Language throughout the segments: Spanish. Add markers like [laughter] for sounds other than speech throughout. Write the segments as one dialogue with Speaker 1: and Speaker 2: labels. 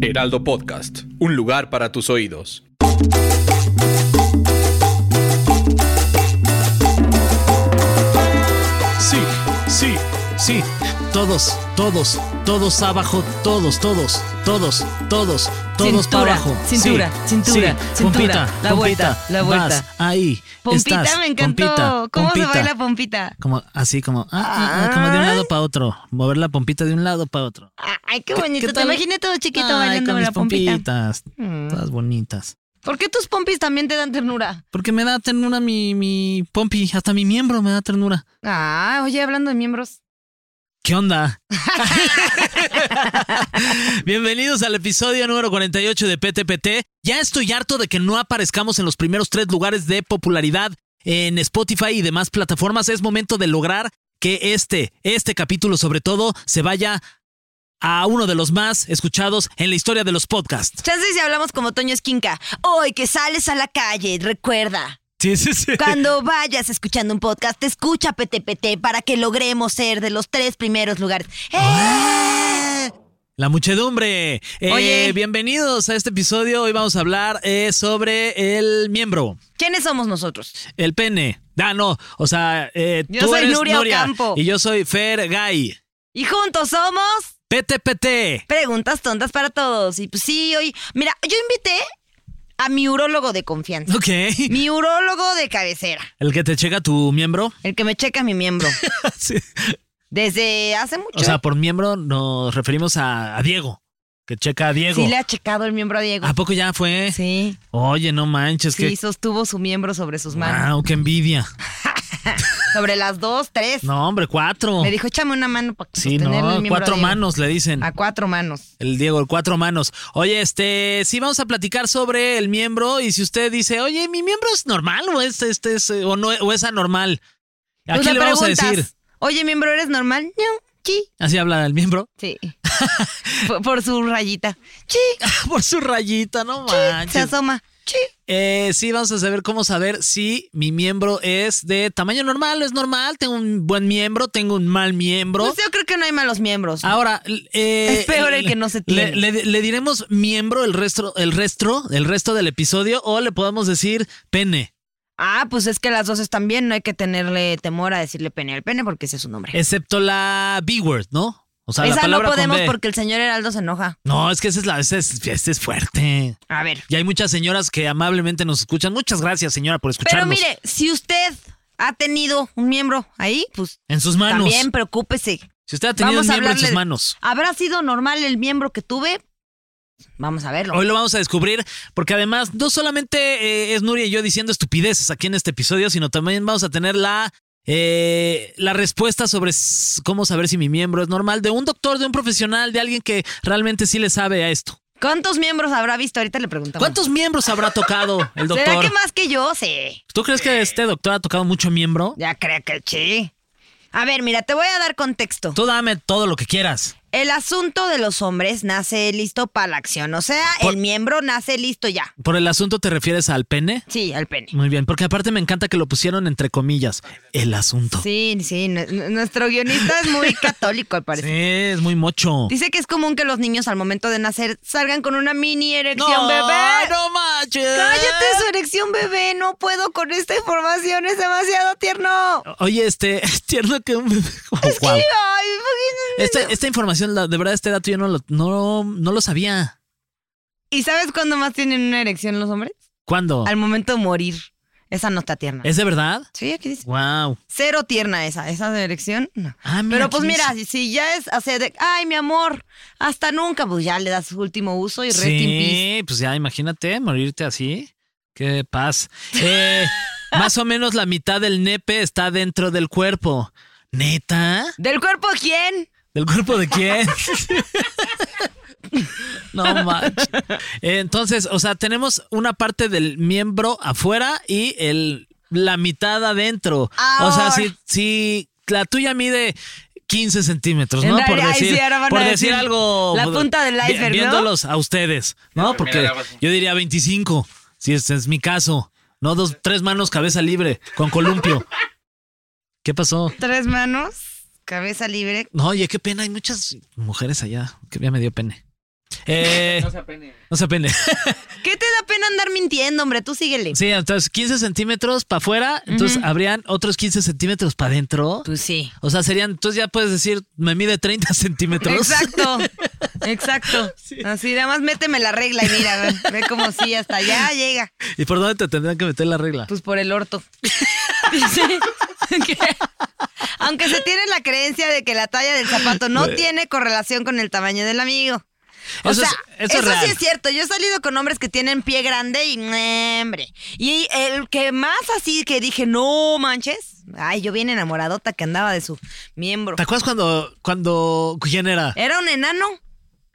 Speaker 1: Heraldo Podcast, un lugar para tus oídos.
Speaker 2: Sí, sí, sí. Todos, todos, todos abajo, todos, todos, todos, todos, todos
Speaker 3: Cintura,
Speaker 2: para abajo.
Speaker 3: cintura, cintura, cintura.
Speaker 2: Pompita,
Speaker 3: La
Speaker 2: pompita,
Speaker 3: vuelta, la vuelta.
Speaker 2: vas, ahí.
Speaker 3: Pompita
Speaker 2: estás,
Speaker 3: me encantó.
Speaker 2: Pompita,
Speaker 3: ¿Cómo
Speaker 2: pompita.
Speaker 3: se baila pompita?
Speaker 2: Como así, como, ah, ah, como de un lado para otro. Mover la pompita de un lado para otro.
Speaker 3: Ay, qué bonito. Te
Speaker 2: tal?
Speaker 3: imaginé todo chiquito
Speaker 2: Ay,
Speaker 3: bailando
Speaker 2: con mis
Speaker 3: la pompita.
Speaker 2: pompitas.
Speaker 3: Mm.
Speaker 2: Todas bonitas.
Speaker 3: ¿Por qué tus pompis también te dan ternura?
Speaker 2: Porque me da ternura mi, mi pompi, hasta mi miembro me da ternura.
Speaker 3: Ah, oye, hablando de miembros.
Speaker 2: ¿Qué onda? Bienvenidos al episodio número 48 de PTPT. Ya estoy harto de que no aparezcamos en los primeros tres lugares de popularidad en Spotify y demás plataformas. Es momento de lograr que este, este capítulo sobre todo, se vaya a uno de los más escuchados en la historia de los podcasts.
Speaker 3: Chances si hablamos como Toño Esquinca. Hoy que sales a la calle, recuerda.
Speaker 2: Sí, sí, sí. [laughs]
Speaker 3: Cuando vayas escuchando un podcast, escucha PTPT para que logremos ser de los tres primeros lugares.
Speaker 2: Ah.
Speaker 3: ¡Eh!
Speaker 2: La muchedumbre. Eh,
Speaker 3: Oye.
Speaker 2: Bienvenidos a este episodio. Hoy vamos a hablar eh, sobre el miembro.
Speaker 3: ¿Quiénes somos nosotros?
Speaker 2: El pene. Ah, no. O sea, eh,
Speaker 3: Yo
Speaker 2: tú
Speaker 3: soy
Speaker 2: eres
Speaker 3: Nuria
Speaker 2: Nuria
Speaker 3: Ocampo.
Speaker 2: Y yo soy Fer Gay.
Speaker 3: Y juntos somos...
Speaker 2: PTPT.
Speaker 3: Preguntas tontas para todos. Y pues sí, hoy. Mira, yo invité a mi urólogo de confianza.
Speaker 2: Ok.
Speaker 3: [laughs] Mi urólogo de cabecera.
Speaker 2: El que te checa tu
Speaker 3: [laughs]
Speaker 2: miembro.
Speaker 3: El que me checa mi miembro.
Speaker 2: Sí.
Speaker 3: Desde hace mucho.
Speaker 2: O sea, por miembro nos referimos a, a Diego. Que checa a Diego.
Speaker 3: sí le ha checado el miembro a Diego.
Speaker 2: ¿A poco ya fue?
Speaker 3: Sí.
Speaker 2: Oye, no manches.
Speaker 3: Sí,
Speaker 2: que...
Speaker 3: sostuvo su miembro sobre sus manos.
Speaker 2: Wow, qué envidia.
Speaker 3: Sobre las dos, tres.
Speaker 2: No, hombre, cuatro.
Speaker 3: Me dijo, échame una mano para
Speaker 2: sí,
Speaker 3: sostenerle el
Speaker 2: no,
Speaker 3: miembro a
Speaker 2: cuatro
Speaker 3: Diego".
Speaker 2: manos le dicen.
Speaker 3: A cuatro manos.
Speaker 2: El Diego, el cuatro manos. Oye, este, sí vamos a platicar sobre el miembro y si usted dice, oye, mi miembro es normal o es, este, es, eh, o no, o es anormal.
Speaker 3: Tú
Speaker 2: Aquí le vamos a decir,
Speaker 3: Oye, miembro, ¿eres normal? No, sí.
Speaker 2: así habla el miembro, [laughs]
Speaker 3: Sí. por, por su rayita. Sí.
Speaker 2: por su rayita, no
Speaker 3: Se
Speaker 2: manches.
Speaker 3: asoma. Sí.
Speaker 2: Eh, sí, vamos a saber cómo saber si mi miembro es de tamaño normal, es normal, tengo un buen miembro, tengo un mal miembro.
Speaker 3: Pues yo creo que no hay malos miembros.
Speaker 2: Ahora, l- eh,
Speaker 3: Es peor el que no se tiene.
Speaker 2: Le, le- le diremos miembro el resto, el resto, el resto del episodio, o le podemos decir pene.
Speaker 3: Ah, pues es que las dos están bien, no hay que tenerle temor a decirle pene al pene porque ese es su nombre.
Speaker 2: Excepto la B-word, ¿no? O sea, la
Speaker 3: Esa no
Speaker 2: palabra con
Speaker 3: podemos
Speaker 2: B.
Speaker 3: porque el señor Heraldo se enoja.
Speaker 2: No, es que esa es la, esa es, esa es fuerte.
Speaker 3: A ver.
Speaker 2: Y hay muchas señoras que amablemente nos escuchan. Muchas gracias, señora, por
Speaker 3: Pero
Speaker 2: escucharnos.
Speaker 3: mire, si usted ha tenido un miembro ahí, pues
Speaker 2: en sus manos.
Speaker 3: también preocúpese.
Speaker 2: Si usted ha tenido
Speaker 3: Vamos
Speaker 2: un
Speaker 3: a
Speaker 2: miembro en
Speaker 3: hablarle
Speaker 2: sus
Speaker 3: de-
Speaker 2: manos.
Speaker 3: ¿Habrá sido normal el miembro que tuve? Vamos a verlo.
Speaker 2: Hoy lo vamos a descubrir porque además no solamente eh, es Nuria y yo diciendo estupideces aquí en este episodio, sino también vamos a tener la, eh, la respuesta sobre s- cómo saber si mi miembro es normal de un doctor, de un profesional, de alguien que realmente sí le sabe a esto.
Speaker 3: ¿Cuántos miembros habrá visto? Ahorita le preguntamos.
Speaker 2: ¿Cuántos miembros habrá tocado
Speaker 3: [laughs]
Speaker 2: el doctor?
Speaker 3: ¿Será que más que yo? Sí.
Speaker 2: ¿Tú crees que este doctor ha tocado mucho miembro?
Speaker 3: Ya creo que sí. A ver, mira, te voy a dar contexto.
Speaker 2: Tú dame todo lo que quieras.
Speaker 3: El asunto de los hombres nace listo para la acción. O sea,
Speaker 2: Por-
Speaker 3: el miembro nace listo ya.
Speaker 2: ¿Por el asunto te refieres al pene?
Speaker 3: Sí, al pene.
Speaker 2: Muy bien, porque aparte me encanta que lo pusieron entre comillas. El asunto. Sí,
Speaker 3: Sí, sí. n- n- Nuestro guionista
Speaker 2: [laughs]
Speaker 3: es muy católico, al parecer.
Speaker 2: es muy mocho.
Speaker 3: Dice que es común que los niños al momento de nacer salgan con una mini
Speaker 2: No,
Speaker 3: erección bebé.
Speaker 2: no manches.
Speaker 3: ¡Cállate su erección bebé! No puedo con esta información, es demasiado tierno.
Speaker 2: Oye, este, [laughs] es tierno que un
Speaker 3: [laughs]
Speaker 2: bebé. Oh, guau.
Speaker 3: Ay,
Speaker 2: Este- esta información, la- de verdad, este dato yo no lo, no, no lo sabía.
Speaker 3: ¿Y sabes cuándo más tienen una erección los hombres?
Speaker 2: ¿Cuándo?
Speaker 3: Al momento de morir. Esa no está tierna.
Speaker 2: Oh. ¿Es de verdad?
Speaker 3: Sí, aquí dice.
Speaker 2: Wow.
Speaker 3: Cero tierna esa, esa dirección. No.
Speaker 2: Ah, mira,
Speaker 3: Pero pues
Speaker 2: aquí
Speaker 3: mira, si, si ya es hacer de, ay, mi amor, hasta nunca, pues ya le das su último uso y rest in peace.
Speaker 2: Sí, pues ya imagínate morirte así. Qué paz. Eh, más o menos la mitad del nepe está dentro del cuerpo. ¿Neta?
Speaker 3: ¿Del cuerpo quién?
Speaker 2: ¿Del cuerpo de quién? [laughs] No manches. Entonces, o sea, tenemos una parte del miembro afuera y el, la mitad adentro. O sea,
Speaker 4: Ahora.
Speaker 2: si, si la tuya mide 15 centímetros,
Speaker 3: En
Speaker 2: ¿no? Por
Speaker 3: realidad, ahí
Speaker 2: decir,
Speaker 3: sí, ahora van
Speaker 2: por
Speaker 3: a
Speaker 2: decir
Speaker 3: decir
Speaker 2: algo. pues,
Speaker 3: la punta del
Speaker 2: vi-
Speaker 3: iceberg, ¿no?
Speaker 2: Viéndolos a ustedes, ¿no? Porque yo diría 25, si este es mi caso. No, dos, tres manos, cabeza libre, con columpio. ¿Qué pasó?
Speaker 3: Tres manos, cabeza libre.
Speaker 2: No, oye, qué pena, hay muchas mujeres allá, que ya me dio pene. Eh, [laughs] no se apene. No se apene. [laughs]
Speaker 4: ¿Qué te da pena andar mintiendo, hombre? Tú síguele.
Speaker 2: Sí, entonces 15 centímetros para afuera, entonces habrían otros 15 centímetros para adentro.
Speaker 3: Pues sí.
Speaker 2: O sea, serían, entonces ya puedes decir, me mide 30 [laughs] centímetros. [laughs]
Speaker 3: Exacto, exacto. Así, nada más méteme la regla y mira, ve, ve como sí, hasta allá llega.
Speaker 2: ¿Y por dónde te tendrían que meter la regla?
Speaker 3: Pues por el orto. [laughs] Que- Aunque se tiene la creencia de que la talla del zapato no tiene correlación con el tamaño del amigo. O
Speaker 2: Pues. Eso
Speaker 3: sea,
Speaker 2: es- eso es real.
Speaker 3: sí es cierto. Yo he salido con hombres que tienen pie grande y mm, hombre. Y el que más así que dije, no manches. Ay, yo bien enamoradota que andaba de su miembro.
Speaker 2: ¿Te acuerdas cuando, cuando, quién era?
Speaker 3: Era un enano.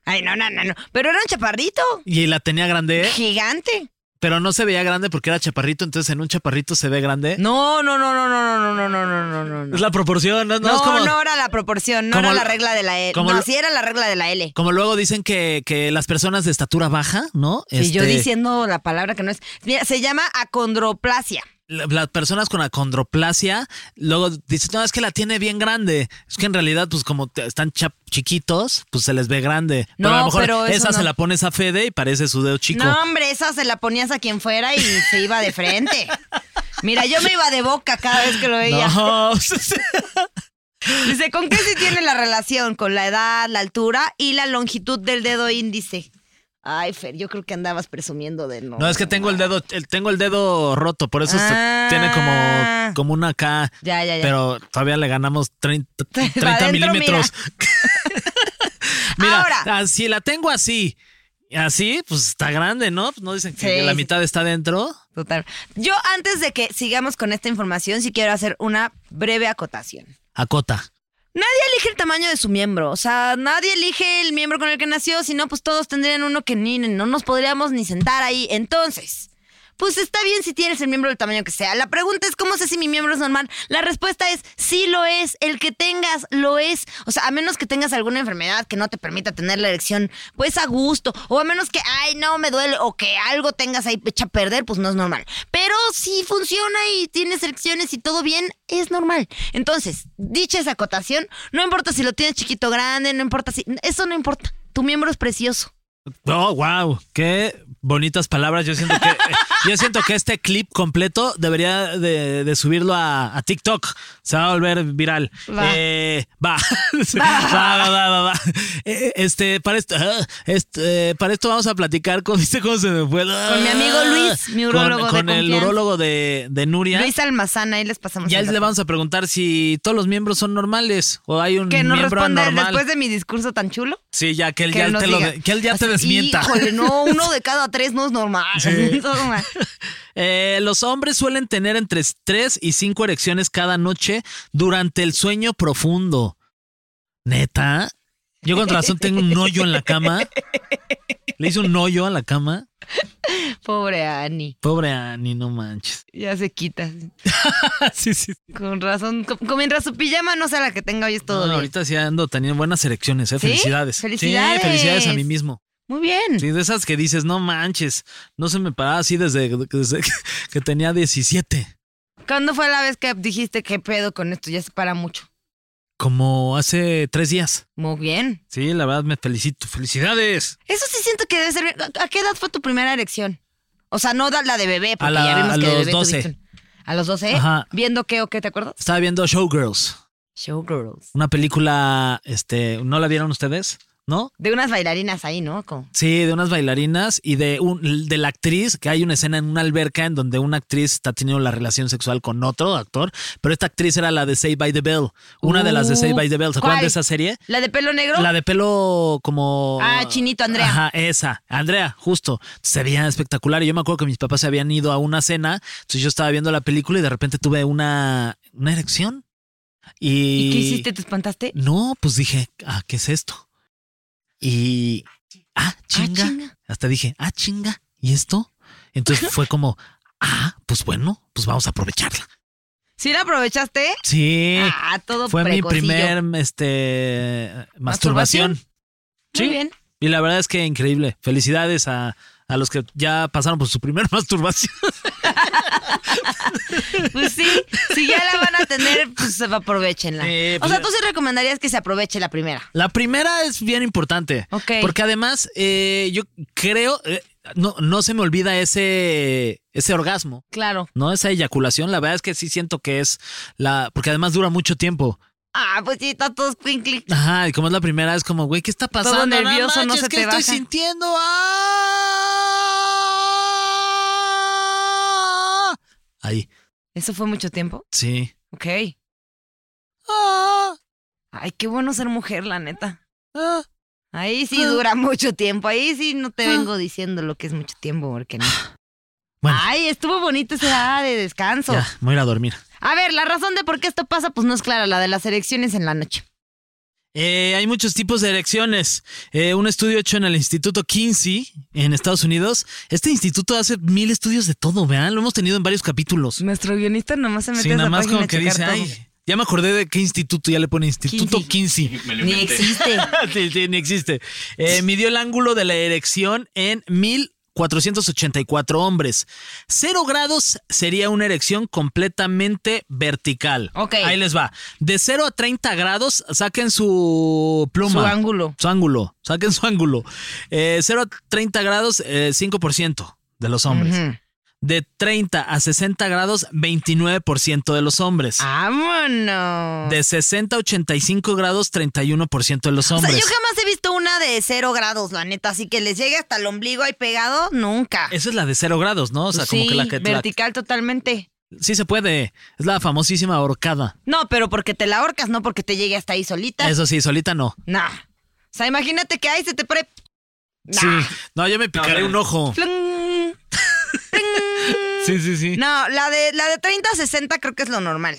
Speaker 3: Ay, no, no, no, no. Pero era un chaparrito.
Speaker 2: Y la tenía grande,
Speaker 3: Gigante.
Speaker 2: pero no se veía grande porque era chaparrito, entonces en un chaparrito se ve grande.
Speaker 3: No, no, no, no, no, no, no, no, no, no, no, no.
Speaker 2: ¿Eh? Es la proporción, no, no,
Speaker 3: No,
Speaker 2: es como...
Speaker 3: no era la proporción, no
Speaker 2: como
Speaker 3: era la
Speaker 2: lo-
Speaker 3: regla de la L.
Speaker 2: como
Speaker 3: no,
Speaker 2: lo-
Speaker 3: sí era la regla de la L.
Speaker 2: Como luego dicen que, que las personas de estatura baja, ¿no?
Speaker 3: Y yo
Speaker 2: Este,
Speaker 3: diciendo la palabra que no es. Mira, se llama acondroplasia.
Speaker 2: la- las personas con acondroplasia, luego dicen, no, es que la tiene bien grande. Es que en realidad, pues como te- están chap- chiquitos, pues se les ve grande.
Speaker 3: No,
Speaker 2: pero a lo mejor
Speaker 3: pero eso
Speaker 2: esa
Speaker 3: no.
Speaker 2: se la pones a Fede y parece su dedo chico.
Speaker 3: No, hombre, esa se la ponías a quien fuera y se iba de frente. Mira, yo me iba de boca cada vez que lo veía.
Speaker 2: [laughs] No.
Speaker 3: Dice, ¿con qué se tiene la relación? Con la edad, la altura y la longitud del dedo índice. Ay, Fer, yo creo que andabas presumiendo de no.
Speaker 2: No, es que tengo el dedo, el- tengo el dedo roto, por eso se-
Speaker 3: Ah.
Speaker 2: tiene como, como una acá.
Speaker 3: Ya, ya, ya.
Speaker 2: Pero todavía le ganamos
Speaker 3: [laughs]
Speaker 2: 30, 30
Speaker 3: adentro,
Speaker 2: milímetros. [laughs] Mira,
Speaker 3: Ahora.
Speaker 2: ah, si la tengo así, así, pues está grande, ¿no? Pues No dicen que
Speaker 3: Sí,
Speaker 2: la
Speaker 3: sí.
Speaker 2: mitad está dentro.
Speaker 3: Total. Yo antes de que sigamos con esta información, sí quiero hacer una breve acotación.
Speaker 2: Acota.
Speaker 3: Nadie elige el tamaño de su miembro, o sea, nadie elige el miembro con el que nació, sino pues todos tendrían uno que ni no nos podríamos ni sentar ahí. Entonces, pues está bien si tienes el miembro del tamaño que sea. La pregunta es cómo sé si mi miembro es normal. La respuesta es sí lo es, el que tengas lo es. O sea, a menos que tengas alguna enfermedad que no te permita tener la erección pues a gusto o a menos que ay, no me duele o que algo tengas ahí hecha a perder, pues no es normal. Pero si funciona y tienes erecciones y todo bien, es normal. Entonces, dicha esa acotación, no importa si lo tienes chiquito o grande, no importa si eso no importa. Tu miembro es precioso.
Speaker 2: Oh, wow, qué bonitas palabras. Yo siento
Speaker 3: [laughs]
Speaker 2: que, yo siento que este clip completo debería de, de subirlo a, a TikTok. Se va a volver viral.
Speaker 3: Va.
Speaker 2: Eh, va.
Speaker 3: [laughs]
Speaker 2: va, va, va, va, va. Eh, Este, para esto, ah, este, eh, para esto vamos a platicar con, [laughs] ¿viste cómo se me fue? Ah,
Speaker 3: Con mi amigo Luis, mi urólogo de
Speaker 2: Con, con el
Speaker 3: confianza.
Speaker 2: urólogo de, de Nuria.
Speaker 3: Luis ah, Almazán, ahí les pasamos.
Speaker 2: ya
Speaker 3: el
Speaker 2: le
Speaker 3: dato.
Speaker 2: vamos a preguntar si todos los miembros son normales o hay un
Speaker 3: que nos
Speaker 2: miembro
Speaker 3: responde
Speaker 2: anormal.
Speaker 3: después de mi discurso tan chulo.
Speaker 2: Sí, ya que él
Speaker 3: Que
Speaker 2: ya
Speaker 3: nos
Speaker 2: te, lo
Speaker 3: diga.
Speaker 2: de- que él ya te
Speaker 3: Así,
Speaker 2: desmienta. [laughs]
Speaker 3: Híjole, no, uno de cada tres no es normal. [laughs] No es normal.
Speaker 2: Eh, los hombres suelen tener entre 3 y 5 erecciones cada noche durante el sueño profundo. Neta. Yo con razón tengo un hoyo en la cama. Le hice un hoyo a la cama.
Speaker 3: Pobre Ani,
Speaker 2: Pobre Ani, no
Speaker 3: [laughs]
Speaker 2: manches.
Speaker 3: ya se quita. Ah,
Speaker 2: sí, sí.
Speaker 3: Con razón, con, con- mientras su pijama no sea la que tenga hoy es todo
Speaker 2: No,
Speaker 3: bien.
Speaker 2: ahorita sí ando teniendo buenas erecciones, ¿eh?
Speaker 3: ¿Sí?
Speaker 2: Felicidades.
Speaker 3: Felicidades.
Speaker 2: Sí, felicidades a mí mismo.
Speaker 3: Muy bien.
Speaker 2: Sí, de esas que dices, no manches, no se me paraba así desde, desde [laughs] que- que tenía 17.
Speaker 3: ¿Cuándo fue la vez que dijiste qué pedo con esto? Ya se para mucho.
Speaker 2: Como hace tres días.
Speaker 3: Muy bien.
Speaker 2: Sí, la verdad me felicito. ¡Felicidades!
Speaker 3: Eso sí siento que debe ser. bien. ¿A- ¿A qué edad fue tu primera erección? O sea, no da- la de bebé, porque
Speaker 2: A la-
Speaker 3: ya vimos
Speaker 2: a
Speaker 3: que de
Speaker 2: los
Speaker 3: bebé
Speaker 2: 12.
Speaker 3: tuviste un- A los 12.
Speaker 2: Ajá.
Speaker 3: ¿Viendo qué o qué? ¿Te acuerdas?
Speaker 2: Estaba viendo Showgirls,
Speaker 3: Showgirls.
Speaker 2: una película, este, ¿no la vieron ustedes? ¿No?
Speaker 3: De unas bailarinas ahí, ¿no? Como-
Speaker 2: Sí, de unas bailarinas y de un, de la actriz, que hay una escena en una alberca en donde una actriz está teniendo la relación sexual con otro actor, pero esta actriz era la de Save by the Bell, una de las de Save by the Bell, ¿se acuerdan
Speaker 3: ¿Cuál?
Speaker 2: de esa serie?
Speaker 3: ¿La de pelo negro?
Speaker 2: La de pelo como...
Speaker 3: Ah, Chinito Andrea.
Speaker 2: Ajá, esa. Andrea, justo. Se veía espectacular. Y yo me acuerdo que mis papás se habían ido a una cena. Entonces yo estaba viendo la película y de repente tuve una, una erección. Y,
Speaker 3: ¿Y qué hiciste? ¿Te espantaste?
Speaker 2: No, pues dije, ah, ¿qué es esto? Y, ah, chinga.
Speaker 3: chinga.
Speaker 2: Hasta dije, ah, chinga. ¿Y esto? Entonces fue como, ah, pues bueno, pues vamos a aprovecharla.
Speaker 3: ¿Sí la aprovechaste?
Speaker 2: Sí.
Speaker 3: Ah, todo
Speaker 2: fue mi
Speaker 3: precocillo.
Speaker 2: primer este, masturbación.
Speaker 3: Muy bien.
Speaker 2: Y la verdad es que increíble. Felicidades a, a los que ya pasaron por su primer [laughs] masturbación.
Speaker 3: Pues sí, si ya la van a tener, pues aprovechenla.
Speaker 2: Eh,
Speaker 3: o
Speaker 2: pues
Speaker 3: sea,
Speaker 2: ya-
Speaker 3: tú sí recomendarías que se aproveche la primera.
Speaker 2: La primera es bien importante.
Speaker 3: Ok.
Speaker 2: Porque además, eh, yo creo, eh, no, no se me olvida ese, ese orgasmo,
Speaker 3: Claro.
Speaker 2: ¿no? Esa eyaculación. La verdad es que sí siento que es la. Porque además dura mucho tiempo.
Speaker 3: Ah, pues sí, está todo squinkly.
Speaker 2: Ajá, y como es la primera, es como, güey, ¿qué está pasando?
Speaker 3: nervioso, no
Speaker 2: manches,
Speaker 3: se
Speaker 2: ¿qué
Speaker 3: te
Speaker 2: estoy
Speaker 3: baja?
Speaker 2: sintiendo. ¡Ah! Ahí,
Speaker 3: ¿Eso fue mucho tiempo?
Speaker 2: sí.
Speaker 3: Ok. Ah. Ay, qué bueno ser mujer, la neta. Ah. Ahí sí dura mucho tiempo. Ahí sí no te vengo diciendo lo que es mucho tiempo, porque [sighs] no.
Speaker 2: Bueno.
Speaker 3: Ay, estuvo bonito ese día de descanso.
Speaker 2: Ya, me voy a ir a dormir.
Speaker 3: A ver, la razón de por qué esto pasa, pues no es clara, la de las erecciones en la noche.
Speaker 2: Eh, hay muchos tipos de erecciones. Eh, un estudio hecho en el Instituto Kinsey en Estados Unidos. Este instituto hace mil estudios de todo, vean. Lo hemos tenido en varios capítulos.
Speaker 3: Nuestro guionista nomás se mete
Speaker 2: Sí,
Speaker 3: a
Speaker 2: nada
Speaker 3: esa
Speaker 2: más
Speaker 3: página
Speaker 2: como
Speaker 3: a
Speaker 2: que
Speaker 3: checar
Speaker 2: dice,
Speaker 3: todo.
Speaker 2: ay, ya me acordé de qué instituto, ya le pone Instituto Kinsey.
Speaker 3: Ni existe.
Speaker 2: [laughs] Sí, sí, ni existe. Eh, midió el ángulo de la erección en 1484 hombres. Cero grados sería una erección completamente vertical.
Speaker 3: Ok.
Speaker 2: Ahí les va. De 0 a 30 grados, saquen su pluma.
Speaker 3: Su ángulo.
Speaker 2: Su ángulo. Saquen su ángulo. Eh, 0 a 30 grados, eh, 5% de los hombres.
Speaker 3: Ujú.
Speaker 2: De 30 a 60 grados, 29% de los hombres.
Speaker 3: Ah. Vámonos.
Speaker 2: De 60 a 85 grados, 31% de los
Speaker 3: o sea,
Speaker 2: hombres.
Speaker 3: yo jamás he visto una de cero grados, la neta. Así que les llegue hasta el ombligo ahí pegado, nunca.
Speaker 2: Esa es la de cero grados, ¿no? O sea,
Speaker 3: Pues
Speaker 2: como
Speaker 3: sí,
Speaker 2: que la que... la-
Speaker 3: vertical totalmente.
Speaker 2: sí se puede. Es la famosísima ahorcada.
Speaker 3: No, pero porque te la ahorcas, no porque te llegue hasta ahí solita.
Speaker 2: Eso sí, solita no.
Speaker 3: Nah. O sea, imagínate que ahí se te pre... Nah.
Speaker 2: Sí. No, yo me picaré un ojo.
Speaker 3: Plung.
Speaker 2: Sí, sí, sí.
Speaker 3: No, la de, la de 30 a 60 creo que es lo normal.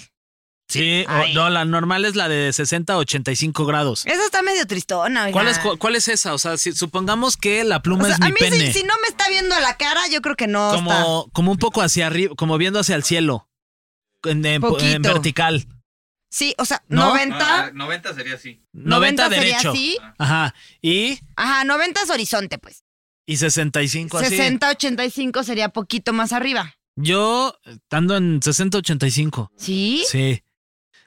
Speaker 2: Sí, o-
Speaker 3: Ay.
Speaker 2: no, la normal es la de 60 a 85 grados.
Speaker 3: Esa está medio tristona, oiga.
Speaker 2: ¿Cuál es, cu- ¿Cuál es esa? O sea, si, supongamos que la
Speaker 3: O
Speaker 2: pluma
Speaker 3: sea,
Speaker 2: es mi
Speaker 3: a mí
Speaker 2: pene.
Speaker 3: si, si no me está viendo a la cara, yo creo que no está.
Speaker 2: como, como un poco hacia arriba, como viendo hacia el cielo. En, en-
Speaker 3: Poquito.
Speaker 2: en vertical.
Speaker 3: Sí, o sea,
Speaker 2: ¿No?
Speaker 3: 90.
Speaker 1: 90 sería así.
Speaker 2: 90,
Speaker 3: 90 sería
Speaker 2: derecho.
Speaker 3: así.
Speaker 2: Ajá. Y,
Speaker 3: Ajá, 90 es horizonte, pues.
Speaker 2: y 65 así.
Speaker 3: 60, 85 sería poquito más arriba.
Speaker 2: Yo ando en 60 85.
Speaker 3: ¿Sí?
Speaker 2: Sí.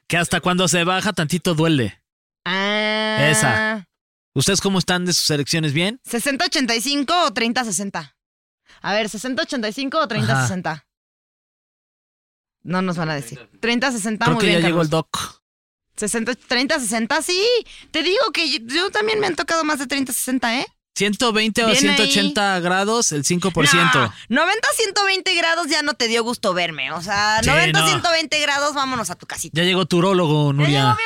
Speaker 2: Que hasta cuando se baja tantito duele.
Speaker 3: Ah.
Speaker 2: Esa. ¿Ustedes cómo están de sus elecciones? ¿Bien?
Speaker 3: 60, 85 o 30, 60. A ver, 60, 85 o 30,
Speaker 2: Ajá.
Speaker 3: 60. No nos van a decir. 30, 60,
Speaker 2: Creo
Speaker 3: muy
Speaker 2: que
Speaker 3: bien.
Speaker 2: ya llegó el
Speaker 3: Carlos.
Speaker 2: doc.
Speaker 3: 60, 30, 60, sí. Te digo que yo, yo también me han tocado más de 30, 60, ¿eh?
Speaker 2: 120 o
Speaker 3: Bien
Speaker 2: 180 grados, el 5%.
Speaker 3: No, 90, 120 grados ya no te dio gusto verme. O sea,
Speaker 2: Sí,
Speaker 3: 90,
Speaker 2: no.
Speaker 3: 120 grados, vámonos a tu casita.
Speaker 2: Ya llegó tu urólogo,
Speaker 3: ¡Ya llegó
Speaker 2: Nuria.
Speaker 3: mi urólogo!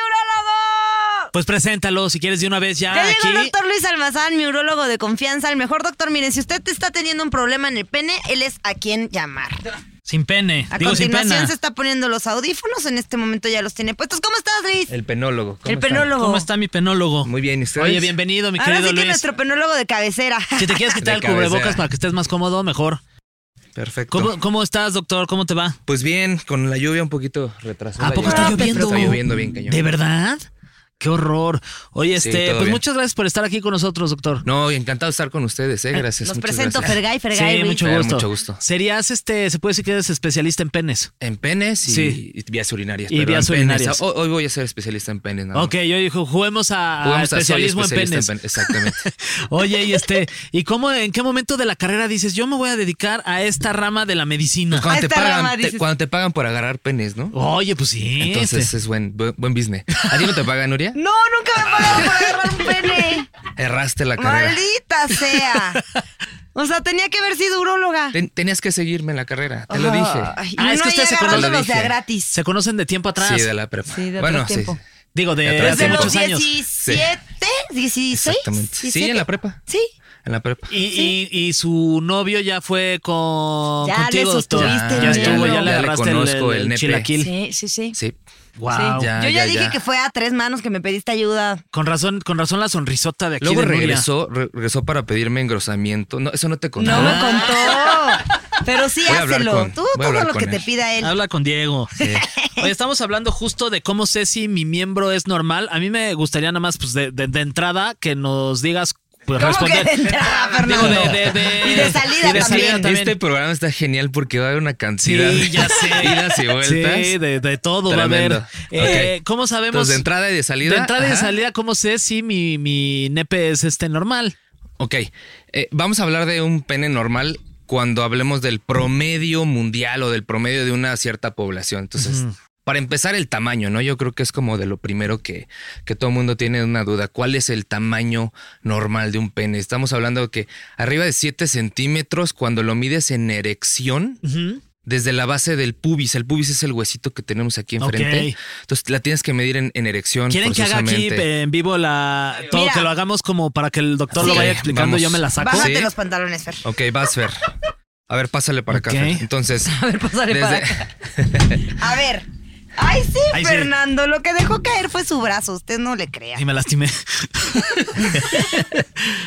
Speaker 2: Pues preséntalo, si quieres, de una vez ya,
Speaker 3: Ya llegó
Speaker 2: Ah, aquí.
Speaker 3: el doctor Luis Almazán, mi urólogo de confianza, el mejor doctor. Miren, si usted está teniendo un problema en el pene, él es a quien llamar.
Speaker 2: Sin pene.
Speaker 3: A
Speaker 2: Digo, sin
Speaker 3: continuación
Speaker 2: pena.
Speaker 3: se está poniendo los audífonos, en este momento ya los tiene puestos. ¿Cómo estás, Luis?
Speaker 5: El penólogo. ¿cómo
Speaker 3: El
Speaker 5: están?
Speaker 3: penólogo.
Speaker 2: Eh, ¿Cómo está mi penólogo?
Speaker 5: Muy bien, ¿y ustedes?
Speaker 2: Oye, bienvenido, mi
Speaker 3: Ahora
Speaker 2: querido
Speaker 3: sí que
Speaker 2: Luis.
Speaker 3: nuestro penólogo de cabecera.
Speaker 2: Si te
Speaker 5: [laughs]
Speaker 2: quieres quitar el
Speaker 5: De cabecera.
Speaker 2: cubrebocas para que estés más cómodo, mejor.
Speaker 5: Perfecto.
Speaker 2: ¿Cómo, cómo estás, doctor? ¿Cómo te va?
Speaker 5: Pues bien, con la lluvia un poquito retrasada.
Speaker 2: ¿A poco
Speaker 5: ya.
Speaker 2: está lloviendo?
Speaker 5: Ah, Está lloviendo bien, cañón.
Speaker 2: ¿De verdad? ¡Qué horror! Oye,
Speaker 5: Sí,
Speaker 2: este,
Speaker 5: todo
Speaker 2: pues
Speaker 5: bien.
Speaker 2: muchas gracias por estar aquí con nosotros, doctor.
Speaker 5: No, encantado de estar con ustedes, eh. Gracias.
Speaker 3: los
Speaker 5: muchas
Speaker 3: presento,
Speaker 5: gracias.
Speaker 3: Fergay, Fergay,
Speaker 2: sí,
Speaker 3: Luis.
Speaker 2: mucho
Speaker 5: Eh,
Speaker 2: gusto.
Speaker 5: mucho gusto.
Speaker 2: Serías este, se puede decir que eres especialista en penes.
Speaker 5: En penes y,
Speaker 2: Sí.
Speaker 5: y vías urinarias.
Speaker 2: Y
Speaker 5: perdón,
Speaker 2: vías
Speaker 5: penes.
Speaker 2: urinarias.
Speaker 5: Hoy, hoy voy a ser especialista en penes. nada más.
Speaker 2: Ok, yo digo, juguemos a, a
Speaker 5: Jugamos Ah. a soy
Speaker 2: especialismo en
Speaker 5: especialista
Speaker 2: penes.
Speaker 5: Exactamente.
Speaker 2: [laughs] Oye, y este, ¿y cómo, en qué momento de la carrera dices, yo me voy a dedicar a esta rama de la medicina?
Speaker 5: [laughs] cuando, te
Speaker 3: está
Speaker 5: pagan,
Speaker 3: Rama,
Speaker 5: te-
Speaker 3: dices.
Speaker 5: cuando te pagan por agarrar penes, ¿no?
Speaker 2: Oye, pues sí.
Speaker 5: Entonces
Speaker 2: este,
Speaker 5: es buen, buen, buen business. ¿A ti no te pagan, Nuria?
Speaker 3: No, nunca me he pagado por agarrar
Speaker 2: [laughs]
Speaker 3: un pene.
Speaker 5: Erraste la carrera.
Speaker 3: Maldita sea. O sea, tenía que haber sido uróloga.
Speaker 5: Ten- tenías que seguirme en la carrera, te lo
Speaker 3: Ay,
Speaker 5: dije.
Speaker 3: y
Speaker 2: Ah, es
Speaker 3: uno
Speaker 2: que
Speaker 3: ahí
Speaker 2: ustedes se conocen.
Speaker 3: agarrándolos de a
Speaker 5: Lo dije.
Speaker 3: gratis.
Speaker 2: este, se conocen de tiempo atrás.
Speaker 5: Sí, de la prepa.
Speaker 3: Sí, de
Speaker 5: bueno,
Speaker 3: atrás
Speaker 5: sí.
Speaker 3: tiempo.
Speaker 2: Digo, de,
Speaker 5: Desde
Speaker 2: hace
Speaker 3: Desde
Speaker 5: los
Speaker 2: muchos
Speaker 3: los
Speaker 2: años.
Speaker 3: 17, 16.
Speaker 5: Exactamente. Sí,
Speaker 3: 17.
Speaker 5: en la prepa.
Speaker 3: Sí.
Speaker 5: En la prepa.
Speaker 2: Y, y- y su novio ya fue con
Speaker 3: Ya les
Speaker 2: contigo, doctor.
Speaker 3: estuviste
Speaker 2: ya
Speaker 3: viendo.
Speaker 2: estuvo, ya le
Speaker 5: Ya le
Speaker 2: agarraste el-
Speaker 5: conozco
Speaker 2: el,
Speaker 5: el nepe.
Speaker 2: chilaquil.
Speaker 3: Sí, sí, sí.
Speaker 5: Sí.
Speaker 2: Wow.
Speaker 5: Ya,
Speaker 3: Yo ya,
Speaker 5: ya,
Speaker 3: dije
Speaker 5: ya.
Speaker 3: que fue a tres manos que me pediste ayuda.
Speaker 2: Con razón, con razón la sonrisota de aquí
Speaker 5: Luego
Speaker 2: de Nuria.
Speaker 5: regresó, re- regresó para pedirme engrosamiento. No, eso no te conté. Eh,
Speaker 3: No me contó. [laughs] Pero sí,
Speaker 5: Voy a hablar
Speaker 3: hácelo.
Speaker 5: con-
Speaker 3: Tú
Speaker 5: voy a
Speaker 3: todo
Speaker 5: hablar
Speaker 3: lo
Speaker 5: con
Speaker 3: que te
Speaker 5: él.
Speaker 3: pida él.
Speaker 2: Habla con Diego. [laughs]
Speaker 5: [laughs]
Speaker 2: Oye, estamos hablando justo de cómo sé si mi miembro es normal. A mí me gustaría nada más, pues, de, de- de entrada que nos digas, pues,
Speaker 3: ¿Cómo
Speaker 2: responder.
Speaker 3: que de
Speaker 5: [laughs]
Speaker 3: entrada,
Speaker 2: Digo,
Speaker 3: Fernando?
Speaker 2: de- de- de-
Speaker 3: y de salida
Speaker 2: y de salida
Speaker 3: también.
Speaker 2: también.
Speaker 5: Este programa está genial porque va a haber una cantidad
Speaker 2: Sí, ya sé.
Speaker 5: [laughs] de idas y vueltas.
Speaker 2: Sí, de, de todo
Speaker 5: Tremendo.
Speaker 2: va a haber. Eh,
Speaker 5: Ok.
Speaker 2: ¿Cómo sabemos?
Speaker 5: Entonces, de entrada y de salida.
Speaker 2: De entrada y de
Speaker 5: Ajá.
Speaker 2: salida, ¿cómo sé si mi, mi nepe es este normal?
Speaker 5: Ok, eh, vamos a hablar de un pene normal cuando hablemos del promedio mundial o del promedio de una cierta población. Entonces, para empezar, el tamaño, ¿no? Yo creo que es como de lo primero que, que todo el mundo tiene una duda. ¿Cuál es el tamaño normal de un pene? Estamos hablando de que arriba de 7 centímetros, cuando lo mides en erección, desde la base del pubis. El pubis es el huesito que tenemos aquí enfrente.
Speaker 2: Ok.
Speaker 5: Entonces, la tienes que medir en, en erección.
Speaker 2: ¿Quieren que haga aquí
Speaker 5: forzosamente.
Speaker 2: eh, en vivo la. Todo,
Speaker 3: Mira.
Speaker 2: que lo hagamos como para que el doctor
Speaker 5: Sí.
Speaker 2: lo vaya explicando,
Speaker 5: Vamos.
Speaker 2: yo me la saco.
Speaker 3: Bájate
Speaker 5: Sí.
Speaker 3: los pantalones, Fer.
Speaker 5: Ok, vas, Fer. A ver, pásale para
Speaker 2: Ok.
Speaker 5: acá. Fer.
Speaker 3: [laughs]
Speaker 5: Entonces, a ver,
Speaker 3: pásale para A ver. Ay, sí,
Speaker 2: Ay, sí.
Speaker 3: Fernando. Lo que dejó caer fue su brazo. Usted no le crea.
Speaker 2: Y me
Speaker 3: [laughs]
Speaker 2: lastimé.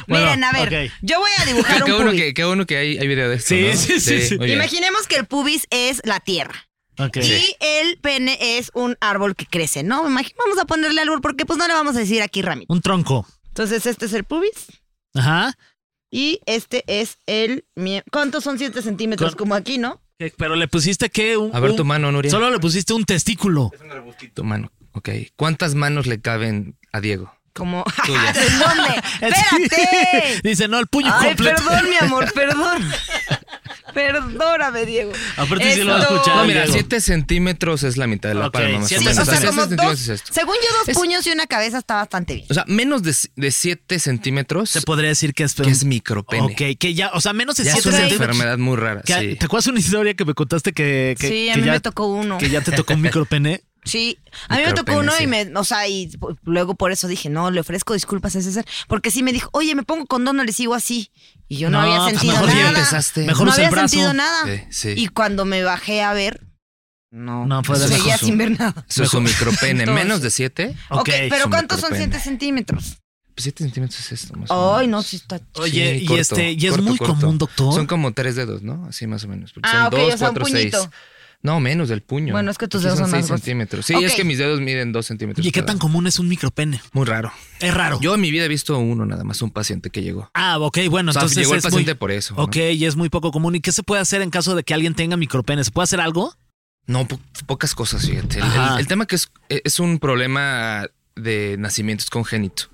Speaker 2: Bueno,
Speaker 3: Miren, a ver.
Speaker 2: ok.
Speaker 3: Yo voy a dibujar
Speaker 5: [laughs] [laughs] Qué
Speaker 3: un
Speaker 5: bueno
Speaker 3: pubis.
Speaker 5: que, qué bueno que hay, hay video de esto.
Speaker 2: Sí,
Speaker 5: ¿no?
Speaker 2: sí, sí, sí.
Speaker 5: muy bien.
Speaker 3: Imaginemos que el pubis es la tierra.
Speaker 2: Ok.
Speaker 3: Y el pene es un árbol que crece, ¿no? Imagi- Vamos a ponerle árbol porque pues no le vamos a decir aquí ramito.
Speaker 2: Un tronco.
Speaker 3: Entonces este es el pubis
Speaker 2: Ajá.
Speaker 3: y este es el... mie- ¿Cuántos son 7 centímetros?
Speaker 2: Con-
Speaker 3: Como aquí, ¿no?
Speaker 2: Eh, Pero le pusiste que un.
Speaker 5: A ver
Speaker 2: un-
Speaker 5: tu mano, Nuria.
Speaker 2: Solo le pusiste un testículo.
Speaker 5: Tu mano. Ok. ¿Cuántas manos le caben a Diego?
Speaker 3: Como... [laughs]
Speaker 5: Tuya.
Speaker 2: [laughs]
Speaker 3: ¿En dónde? ¡Espérate!
Speaker 2: Dice, no, el puño
Speaker 3: Ay,
Speaker 2: completo.
Speaker 3: perdón, mi amor, perdón. [laughs] Perdóname, Diego.
Speaker 2: Aparte sí lo va a
Speaker 3: Esto-
Speaker 2: escuchar.
Speaker 5: No, mira,
Speaker 2: Diego.
Speaker 5: 7 centímetros es la mitad de la
Speaker 2: Ok,
Speaker 5: palma. Más
Speaker 2: sí,
Speaker 5: o
Speaker 3: Sí,
Speaker 5: menos.
Speaker 3: o sea,
Speaker 5: Siete
Speaker 3: como dos...
Speaker 5: centímetros es esto.
Speaker 3: Según yo, dos
Speaker 5: Es-
Speaker 3: puños y una cabeza está bastante bien.
Speaker 5: O sea, menos de, de 7
Speaker 2: [laughs]
Speaker 5: centímetros
Speaker 2: Se podría decir que es.
Speaker 5: que es micropene.
Speaker 2: Ok, que ya, o sea, menos de
Speaker 5: Ya es
Speaker 2: siete
Speaker 5: una
Speaker 2: centímetros.
Speaker 5: enfermedad muy rara.
Speaker 2: Que-
Speaker 5: sí.
Speaker 2: ¿Te acuerdas una historia que me contaste que, que-
Speaker 3: Sí, a
Speaker 2: que
Speaker 3: mí
Speaker 2: ya-
Speaker 3: me tocó uno.
Speaker 2: que ya te tocó un micropene?
Speaker 3: Sí, a mí me tocó
Speaker 5: Micropene,
Speaker 3: uno y
Speaker 5: sí.
Speaker 3: me, o sea, y p- luego por eso dije, no, le ofrezco disculpas a César, porque sí me dijo, oye, me pongo condón, no le sigo así. Y yo no,
Speaker 2: No,
Speaker 3: había
Speaker 2: pues
Speaker 3: sentido
Speaker 2: mejor
Speaker 5: ya
Speaker 3: nada.
Speaker 5: empezaste.
Speaker 2: Mejor
Speaker 3: no
Speaker 2: usa el
Speaker 3: había
Speaker 2: brazo.
Speaker 3: sentido nada.
Speaker 5: Sí, sí.
Speaker 3: Y cuando me bajé a ver, no,
Speaker 2: No, fue de
Speaker 3: seguía
Speaker 5: Pues lejos.
Speaker 3: sin ver nada.
Speaker 5: Eso es
Speaker 3: [laughs]
Speaker 5: un micropene. menos de 7.
Speaker 3: Ok,
Speaker 5: es
Speaker 3: pero
Speaker 5: un
Speaker 3: ¿cuántos son
Speaker 5: micropene.
Speaker 3: 7 centímetros?
Speaker 5: 7 pues, centímetros es esto. Más o
Speaker 3: Ay,
Speaker 5: menos.
Speaker 3: no, sí está...
Speaker 2: Oye,
Speaker 5: [laughs] Sí,
Speaker 2: y
Speaker 5: corto,
Speaker 2: este, y es
Speaker 5: corto,
Speaker 2: muy
Speaker 5: corto.
Speaker 2: común, doctor.
Speaker 5: Son como tres dedos, ¿no? Así más o menos. porque
Speaker 3: Ah,
Speaker 5: son
Speaker 3: ok,
Speaker 5: dos,
Speaker 3: o sea, un
Speaker 5: cuatro,
Speaker 3: puñito.
Speaker 5: seis. No, menos del puño.
Speaker 3: Bueno, es que tus
Speaker 5: Aquí
Speaker 3: dedos son
Speaker 5: seis
Speaker 3: más gruesos.
Speaker 5: centímetros. Sí,
Speaker 3: Ok.
Speaker 5: es que mis dedos miden dos centímetros.
Speaker 2: ¿Y qué
Speaker 5: cada
Speaker 2: tan
Speaker 5: uno.
Speaker 2: común es un micropene?
Speaker 5: Muy raro.
Speaker 2: Es raro.
Speaker 5: Yo en mi vida he visto uno nada más, un paciente que llegó.
Speaker 2: Ah, ok, bueno,
Speaker 5: O sea,
Speaker 2: entonces
Speaker 5: llegó el
Speaker 2: es
Speaker 5: paciente
Speaker 2: muy,
Speaker 5: por eso, ¿no?
Speaker 2: Ok, y es muy poco común. ¿Y qué se puede hacer en caso de que alguien tenga micropene? ¿Se puede hacer algo?
Speaker 5: No, po- pocas cosas, fíjate. El,
Speaker 2: Ajá.
Speaker 5: el- el tema que es, e-, es un problema de nacimiento, es congénito.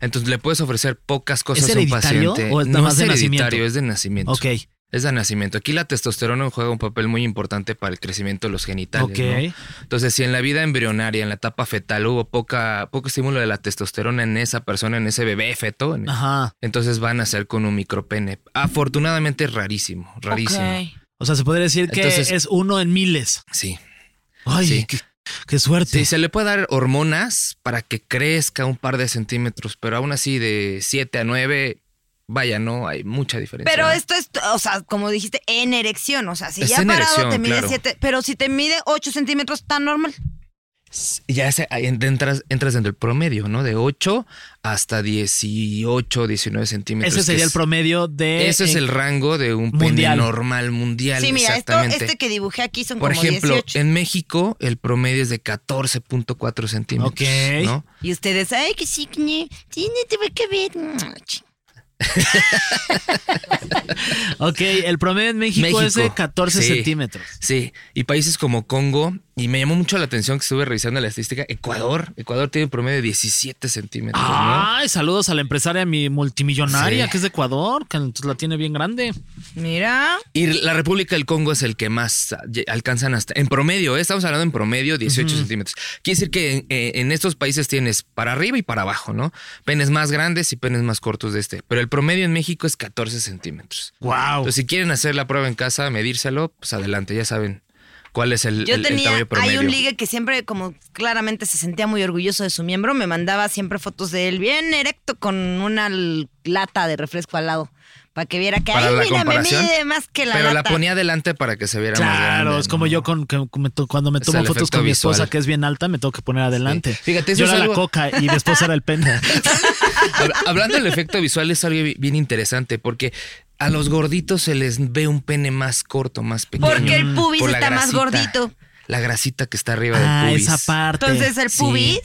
Speaker 5: Entonces le puedes ofrecer pocas cosas a un
Speaker 2: hereditario
Speaker 5: paciente.
Speaker 2: o es nada
Speaker 5: no
Speaker 2: más
Speaker 5: es
Speaker 2: de nacimiento?
Speaker 5: hereditario, es de nacimiento.
Speaker 2: Ok,
Speaker 5: Es de nacimiento. Aquí la testosterona juega un papel muy importante para el crecimiento de los genitales.
Speaker 2: ok.
Speaker 5: ¿no? Entonces, si en la vida embrionaria, en la etapa fetal, hubo poca, poco estímulo de la testosterona en esa persona, en ese bebé feto, en-
Speaker 2: Ajá.
Speaker 5: entonces van a ser con un micropene. Afortunadamente es rarísimo, rarísimo.
Speaker 2: O sea, se podría decir que
Speaker 5: Entonces-
Speaker 2: es uno en miles.
Speaker 5: Sí.
Speaker 2: Ay,
Speaker 5: Sí.
Speaker 2: qué, qué suerte.
Speaker 5: Sí, se le puede dar hormonas para que crezca un par de centímetros, pero aún así de 7 a 9, vaya, no hay mucha diferencia.
Speaker 3: Pero
Speaker 5: ¿no?
Speaker 3: esto es, o sea, como dijiste, en erección. O sea, si
Speaker 5: Es
Speaker 3: ya
Speaker 5: en
Speaker 3: parado
Speaker 5: erección,
Speaker 3: te mide
Speaker 5: claro.
Speaker 3: 7, pero si te mide 8 centímetros, está normal.
Speaker 5: ya se- ahí entras, entras dentro del promedio, ¿no? De 8 hasta 18, 19 centímetros.
Speaker 2: Ese
Speaker 5: que
Speaker 2: sería el
Speaker 5: es-
Speaker 2: promedio de.
Speaker 5: Ese es el rango de un pene
Speaker 2: Mundial.
Speaker 5: normal mundial.
Speaker 3: Sí, mira, esto,
Speaker 5: exactamente.
Speaker 3: este que dibujé aquí son
Speaker 5: Por
Speaker 3: como
Speaker 5: ejemplo,
Speaker 3: 18.
Speaker 5: en México el promedio es de 14.4 centímetros.
Speaker 2: Ok.
Speaker 5: ¿no?
Speaker 3: Y ustedes, ay, que sí, que ni- sí, no te va a caber. Mm,
Speaker 2: Ok, el promedio en México, es de
Speaker 5: México.
Speaker 2: 14
Speaker 5: Sí.
Speaker 2: centímetros.
Speaker 5: Sí, y países como Congo, y me llamó mucho la atención que estuve revisando la estadística, Ecuador, Ecuador tiene un promedio de 17 centímetros. ¿no?
Speaker 2: Ay, saludos a la empresaria mi multimillonaria
Speaker 5: Sí.
Speaker 2: que es de Ecuador, que entonces la tiene bien grande.
Speaker 3: Mira.
Speaker 5: Y la República del Congo es el que más ah, lle- alcanzan hasta, en promedio, ¿eh? estamos hablando en promedio 18 centímetros. Quiere decir que en, eh, en estos países tienes para arriba y para abajo, ¿no? Penes más grandes y penes más cortos de este, pero el promedio en México es 14 centímetros.
Speaker 2: Wow.
Speaker 5: Entonces, si quieren hacer la prueba en casa, medírselo, pues adelante, ya saben cuál es el,
Speaker 3: Yo
Speaker 5: el- el
Speaker 3: tenía,
Speaker 5: tamaño promedio.
Speaker 3: hay un ligue que siempre, como claramente se sentía muy orgulloso de su miembro, me mandaba siempre fotos de él bien erecto con una l- lata de refresco al lado. Para que viera que,
Speaker 5: Para
Speaker 3: ay,
Speaker 5: la
Speaker 3: mira, me
Speaker 5: comparación,
Speaker 3: mide más que la
Speaker 5: pero la
Speaker 3: lata.
Speaker 5: ponía adelante para que se viera más grande.
Speaker 2: Claro, es como
Speaker 5: ¿no?
Speaker 2: yo con, que- que me to- cuando me
Speaker 5: Es
Speaker 2: tomo
Speaker 5: el
Speaker 2: fotos
Speaker 5: efecto
Speaker 2: con mi esposa,
Speaker 5: visual.
Speaker 2: que es bien alta, me tengo que poner adelante.
Speaker 5: Sí. Fíjate, eso
Speaker 2: yo
Speaker 5: es
Speaker 2: era la
Speaker 5: algo-
Speaker 2: coca y después era el
Speaker 5: [laughs]
Speaker 2: pena.
Speaker 5: Habla- Hablando del efecto visual, es algo bi- bien interesante porque a los gorditos se les ve un pene más corto, más pequeño.
Speaker 3: Porque el pubis
Speaker 5: por la
Speaker 3: está más gordito.
Speaker 5: La grasita que está arriba
Speaker 2: ah,
Speaker 5: del pubis.
Speaker 2: esa parte.
Speaker 3: Entonces el
Speaker 5: Sí.
Speaker 3: pubis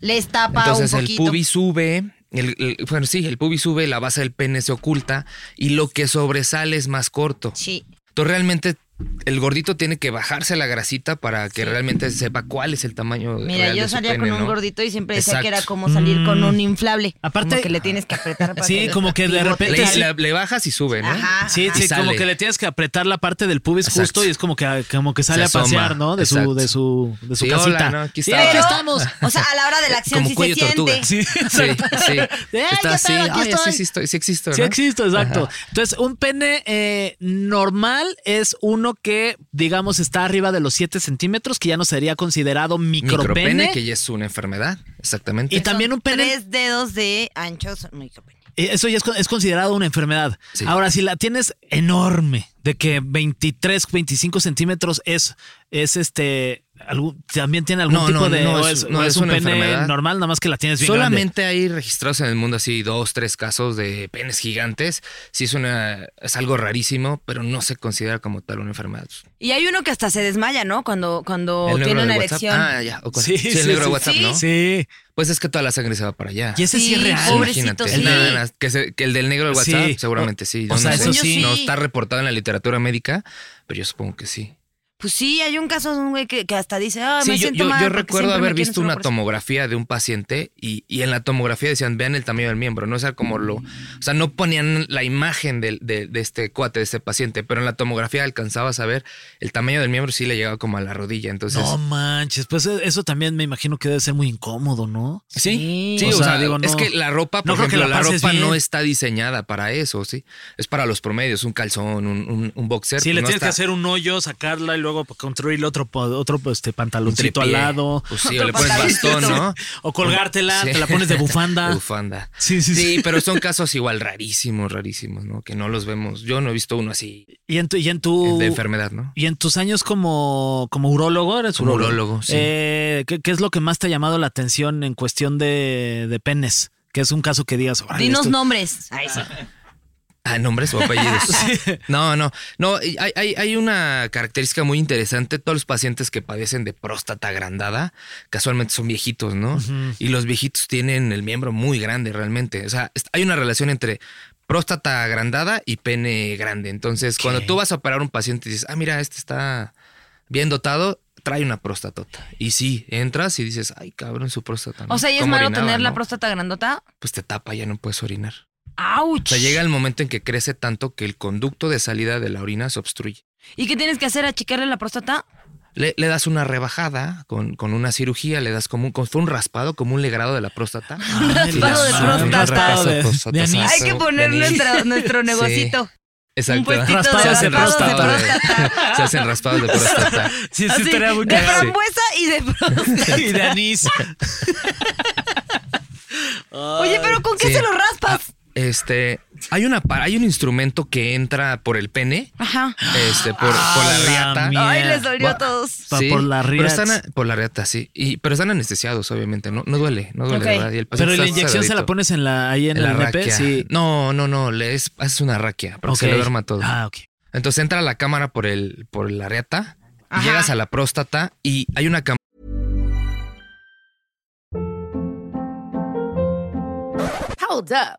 Speaker 3: les tapa
Speaker 5: Entonces
Speaker 3: un
Speaker 5: el
Speaker 3: poquito.
Speaker 5: pubis sube. el- el- bueno, sí, el pubis sube, la base del pene se oculta y lo que sobresale es más corto.
Speaker 3: Sí.
Speaker 5: Entonces realmente el gordito tiene que bajarse la grasita para que realmente sepa cuál es el tamaño.
Speaker 3: Mira,
Speaker 5: real
Speaker 3: yo
Speaker 5: de su
Speaker 3: salía
Speaker 5: pene,
Speaker 3: con un
Speaker 5: ¿no?
Speaker 3: gordito y siempre decía que
Speaker 5: Exacto.
Speaker 3: era como salir con un inflable.
Speaker 2: Mm. Aparte- ah,
Speaker 3: Como que le tienes que apretar para
Speaker 2: Sí,
Speaker 3: que-
Speaker 2: como que de
Speaker 3: pivote.
Speaker 2: repente-
Speaker 5: Le, le- le bajas y sube, ¿no?
Speaker 3: Ajá.
Speaker 2: Sí,
Speaker 5: Ajá.
Speaker 2: sí,
Speaker 5: Y
Speaker 2: como
Speaker 5: sale.
Speaker 2: que le tienes que apretar la parte del pubis
Speaker 5: Exacto.
Speaker 2: justo y es como que, como que sale a
Speaker 5: asoma.
Speaker 2: pasear, ¿no? De su,
Speaker 5: Exacto.
Speaker 2: de su, de su
Speaker 5: Sí, hola,
Speaker 2: casita.
Speaker 5: ¿no? Aquí
Speaker 2: Sí,
Speaker 5: estaba.
Speaker 2: aquí
Speaker 3: Pero,
Speaker 2: estamos.
Speaker 3: O sea, a la hora de la acción
Speaker 5: Eh, Como
Speaker 3: sí se
Speaker 5: cuello
Speaker 3: siente.
Speaker 5: tortuga.
Speaker 2: Sí,
Speaker 3: [laughs]
Speaker 5: Sí, sí.
Speaker 2: Eh, ¿qué
Speaker 5: Está así.
Speaker 2: tal? Aquí
Speaker 5: "Ay,
Speaker 2: estoy".
Speaker 5: sí, sí, estoy, sí existo,
Speaker 2: Sí
Speaker 5: ¿no?
Speaker 2: existo, exacto.
Speaker 5: Ajá.
Speaker 2: Entonces, un pene eh, normal es uno que, digamos, está arriba de los 7 centímetros, que ya no sería considerado micropene.
Speaker 5: Micropene, que ya es una enfermedad, exactamente.
Speaker 2: Y también un pene,
Speaker 3: Tres dedos de ancho son micropene.
Speaker 2: eh, eso ya es, con- es considerado una enfermedad.
Speaker 5: Sí.
Speaker 2: Ahora, si la tienes enorme, de que 23, 25 centímetros es, es este, algún- también tiene algún
Speaker 5: No,
Speaker 2: tipo
Speaker 5: no,
Speaker 2: de,
Speaker 5: no
Speaker 2: o
Speaker 5: es-
Speaker 2: es,
Speaker 5: no
Speaker 2: o
Speaker 5: es
Speaker 2: es un
Speaker 5: una
Speaker 2: pene
Speaker 5: enfermedad.
Speaker 2: normal, nada más que la tienes bien grande.
Speaker 5: Solamente hay registrados en el mundo así dos, tres casos de penes gigantes. Sí es una, es algo rarísimo, pero no se considera como tal una enfermedad.
Speaker 3: Y hay uno que hasta se desmaya, ¿no? Cuando, cuando
Speaker 5: El negro
Speaker 3: tiene
Speaker 5: de
Speaker 3: una
Speaker 5: WhatsApp.
Speaker 3: erección.
Speaker 5: Ah, ya. o cuál. Sí, el negro de WhatsApp,
Speaker 2: sí.
Speaker 5: ¿no?
Speaker 2: Sí.
Speaker 5: Pues es que toda la sangre se va para allá.
Speaker 2: Y ese sí, es
Speaker 3: Sí,
Speaker 2: real.
Speaker 3: pobre-
Speaker 5: Imagínate.
Speaker 3: pobrecito, sí.
Speaker 5: Nada, nada, que, se- que el del negro del
Speaker 2: Sí.
Speaker 5: WhatsApp, seguramente sí.
Speaker 2: O
Speaker 5: Yo
Speaker 2: sea,
Speaker 5: no sé.
Speaker 2: eso sí.
Speaker 5: No está reportado en la literatura médica, pero yo supongo que sí.
Speaker 3: Pues sí, hay un caso de un güey que, que hasta dice, ah, me
Speaker 5: Sí, yo,
Speaker 3: siento
Speaker 5: yo-
Speaker 3: mal
Speaker 5: yo
Speaker 3: porque
Speaker 5: recuerdo
Speaker 3: siempre me
Speaker 5: haber
Speaker 3: quieren
Speaker 5: visto
Speaker 3: solo
Speaker 5: una
Speaker 3: por eso".
Speaker 5: tomografía de un paciente y, y en la tomografía decían, vean el tamaño del miembro, no o sea, como lo, o sea, no ponían la imagen del- de, de este cuate, de este paciente, pero en la tomografía alcanzabas a ver el tamaño del miembro sí le llegaba como a la rodilla, entonces...
Speaker 2: No manches, pues eh, eso también me imagino que debe ser muy incómodo, ¿no?
Speaker 5: Sí,
Speaker 2: Sí,
Speaker 5: sí, o, sea, digo,
Speaker 2: no.
Speaker 5: es que la ropa, por
Speaker 2: No creo que
Speaker 5: ejemplo,
Speaker 2: la
Speaker 5: la,
Speaker 2: pases
Speaker 5: ropa no
Speaker 2: bien.
Speaker 5: está diseñada para eso, sí. Es para los promedios, un calzón, un, un- un boxer.
Speaker 2: Sí,
Speaker 5: pues
Speaker 2: le
Speaker 5: no
Speaker 2: tienes que
Speaker 5: está-
Speaker 2: hacer un hoyo, sacarla y luego construirle otro, po- otro pues, este,
Speaker 5: un
Speaker 2: pantaloncito al
Speaker 5: tripié.
Speaker 2: lado.
Speaker 5: Pues sí, o le pones bastón, ¿no?
Speaker 2: [laughs] O colgártela,
Speaker 5: Sí.
Speaker 2: te la pones de bufanda.
Speaker 5: De [laughs] bufanda.
Speaker 2: Sí, sí, sí.
Speaker 5: pero son casos igual rarísimos, rarísimos, ¿no? Que no los vemos. Yo no he visto uno así
Speaker 2: Y en tu, y en tu
Speaker 5: de enfermedad, ¿no?
Speaker 2: y en tus años como, como urólogo, eres
Speaker 5: Como
Speaker 2: urólogo.
Speaker 5: urólogo, sí.
Speaker 2: Eh, ¿qué, qué es lo que más te ha llamado la atención en cuestión de, de penes? Que es un caso que digas. "Órale,
Speaker 3: Dinos
Speaker 2: esto-
Speaker 3: nombres. Ay, sí.
Speaker 5: Ah, nombres o apellidos.
Speaker 2: [laughs]
Speaker 5: No, no. No, y hay, hay- hay una característica muy interesante. Todos los pacientes que padecen de próstata agrandada, casualmente son viejitos, ¿no? Y los viejitos tienen el miembro muy grande realmente. O sea, est- hay una relación entre próstata agrandada y pene grande. Entonces, cuando tú vas a operar a un paciente y dices, ah, mira, este está bien dotado, trae una prostatota. Y sí, entras y dices, ay, cabrón, su próstata. ¿no?
Speaker 3: O sea, ¿y es
Speaker 5: Cómo
Speaker 3: malo
Speaker 5: orinaba,
Speaker 3: tener la
Speaker 5: ¿no?
Speaker 3: próstata grandota?
Speaker 5: Pues te tapa, ya no puedes orinar.
Speaker 3: ¡Auch!
Speaker 5: O sea, llega el momento en que crece tanto que el conducto de salida de la orina se obstruye.
Speaker 3: ¿Y qué tienes que hacer? ¿Achicarle la próstata?
Speaker 5: Le, le das una rebajada con, con una cirugía, le das como un, como un raspado, como un legrado de la próstata.
Speaker 2: Ay,
Speaker 5: Y
Speaker 2: la
Speaker 3: Ah, raspado de
Speaker 5: das un- un
Speaker 2: madre.
Speaker 3: próstata.
Speaker 5: raspado de
Speaker 2: de-
Speaker 5: próstata,
Speaker 2: de anís.
Speaker 3: Hay
Speaker 5: sazo,
Speaker 3: que poner
Speaker 5: de anís.
Speaker 3: nuestro, nuestro
Speaker 5: Sí.
Speaker 3: negocito.
Speaker 5: Exacto.
Speaker 3: puestito de
Speaker 2: Raspados de
Speaker 5: raspados
Speaker 2: próstata.
Speaker 5: [laughs] se hacen raspados
Speaker 3: [laughs]
Speaker 5: de próstata.
Speaker 2: Ah, Sí, sí,
Speaker 3: Así,
Speaker 2: estaría muy
Speaker 3: de
Speaker 2: cagado.
Speaker 3: frambuesa y de próstata.
Speaker 5: [laughs]
Speaker 2: Y de anís.
Speaker 3: Oye, pero ¿con qué
Speaker 5: Sí.
Speaker 3: se lo raspas?
Speaker 5: Este, hay una pa- hay un instrumento que entra por el pene,
Speaker 3: Ajá.
Speaker 5: este, por, por
Speaker 2: Ah,
Speaker 5: la
Speaker 2: la
Speaker 5: riata.
Speaker 2: mierda.
Speaker 3: Ay, les dolió a
Speaker 5: Gua-
Speaker 3: todos.
Speaker 2: Pa- por la
Speaker 5: pero
Speaker 2: riata.
Speaker 5: están a- por la riata, sí. Y, pero están anestesiados, obviamente. No, no duele, no duele.
Speaker 3: Ok.
Speaker 5: ¿verdad? Y el
Speaker 2: Pero
Speaker 5: paciente
Speaker 2: la
Speaker 5: está
Speaker 2: inyección se la
Speaker 5: sedadito.
Speaker 2: pones en la, ahí en,
Speaker 5: En
Speaker 2: la el NP,
Speaker 5: raquia.
Speaker 2: sí.
Speaker 5: No, no, no, le es, haces una raquia para que se
Speaker 2: Ok.
Speaker 5: le duerma todo.
Speaker 2: Ah, ok.
Speaker 5: Entonces entra la cámara por el por la reata,
Speaker 3: Ajá.
Speaker 5: llegas a la próstata y hay una cámara
Speaker 6: Hold up.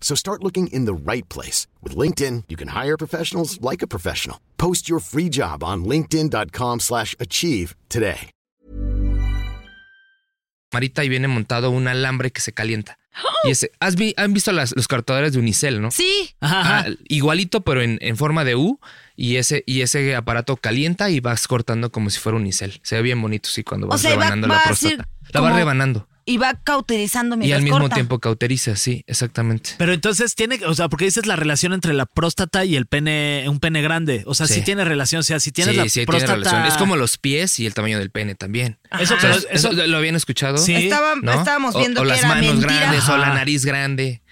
Speaker 7: So start looking in the right place. With LinkedIn, you can hire professionals like a professional. Post your free job on linkedin.com/achieve slash achieve today.
Speaker 5: Marita y viene montado un alambre que se calienta. Y ese, ¿has vi- han visto las- los cartadores de unicel, ¿no?
Speaker 3: Sí.
Speaker 2: Ajá, ajá.
Speaker 5: Ah, igualito, pero en, en forma de U. Y ese, y ese aparato calienta y vas cortando como si fuera unicel. Se ve bien bonito, sí, cuando vas
Speaker 4: sea, y va-
Speaker 5: rebanando
Speaker 4: va
Speaker 5: la
Speaker 4: a
Speaker 5: próstata.
Speaker 4: ser
Speaker 5: La vas
Speaker 4: como-
Speaker 5: rebanando.
Speaker 4: Y va cauterizando
Speaker 5: Y
Speaker 4: mientras
Speaker 5: al mismo
Speaker 4: corta.
Speaker 5: tiempo cauteriza, sí, exactamente.
Speaker 2: Pero entonces tiene, o sea, porque dices la relación entre la próstata y el pene, un pene grande. O sea, sí,
Speaker 5: Sí.
Speaker 2: tiene relación. O sea, si tienes
Speaker 5: sí,
Speaker 2: la
Speaker 5: sí,
Speaker 2: próstata.
Speaker 5: tiene relación. Es como los pies y el tamaño del pene también.
Speaker 2: Eso,
Speaker 5: O sea,
Speaker 2: pero
Speaker 5: ¿eso
Speaker 2: eso-
Speaker 5: ¿Lo habían escuchado?
Speaker 2: Sí.
Speaker 3: Estaba-
Speaker 5: ¿No?
Speaker 3: Estábamos
Speaker 5: O-
Speaker 3: viendo
Speaker 5: o,
Speaker 3: que
Speaker 5: las
Speaker 3: era
Speaker 5: manos
Speaker 3: mentira.
Speaker 5: grandes o la
Speaker 2: Ajá. ¿Oh?
Speaker 5: nariz grande.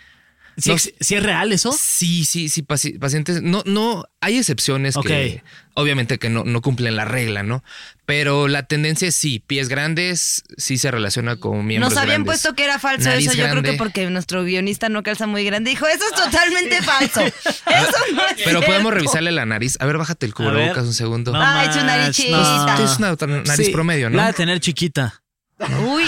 Speaker 2: ¿sí,
Speaker 5: no-
Speaker 2: ex- sí es real eso?
Speaker 5: Sí, sí, sí, paci- pacientes. No, no, hay excepciones
Speaker 2: Ok.
Speaker 5: que obviamente que no, no cumplen la regla, ¿no? Pero la tendencia es sí, pies grandes sí se relaciona con miembros
Speaker 3: Nos habían
Speaker 5: grandes.
Speaker 3: puesto que era falso
Speaker 5: Nariz
Speaker 3: eso, yo creo
Speaker 5: grande. Ah,
Speaker 3: que porque nuestro guionista no calza muy grande. Dijo, eso es totalmente
Speaker 5: [laughs]
Speaker 3: falso. Eso no es [laughs]
Speaker 5: Pero
Speaker 3: cierto".
Speaker 5: podemos revisarle la nariz. A ver, bájate el
Speaker 2: ver.
Speaker 5: cubrebocas un segundo.
Speaker 2: No
Speaker 3: Ay, su
Speaker 2: más,
Speaker 3: Ah, nariz chiquita.
Speaker 5: Tú Este es una nariz
Speaker 2: Sí,
Speaker 5: promedio, ¿no?
Speaker 2: La de tener chiquita.
Speaker 3: Uy,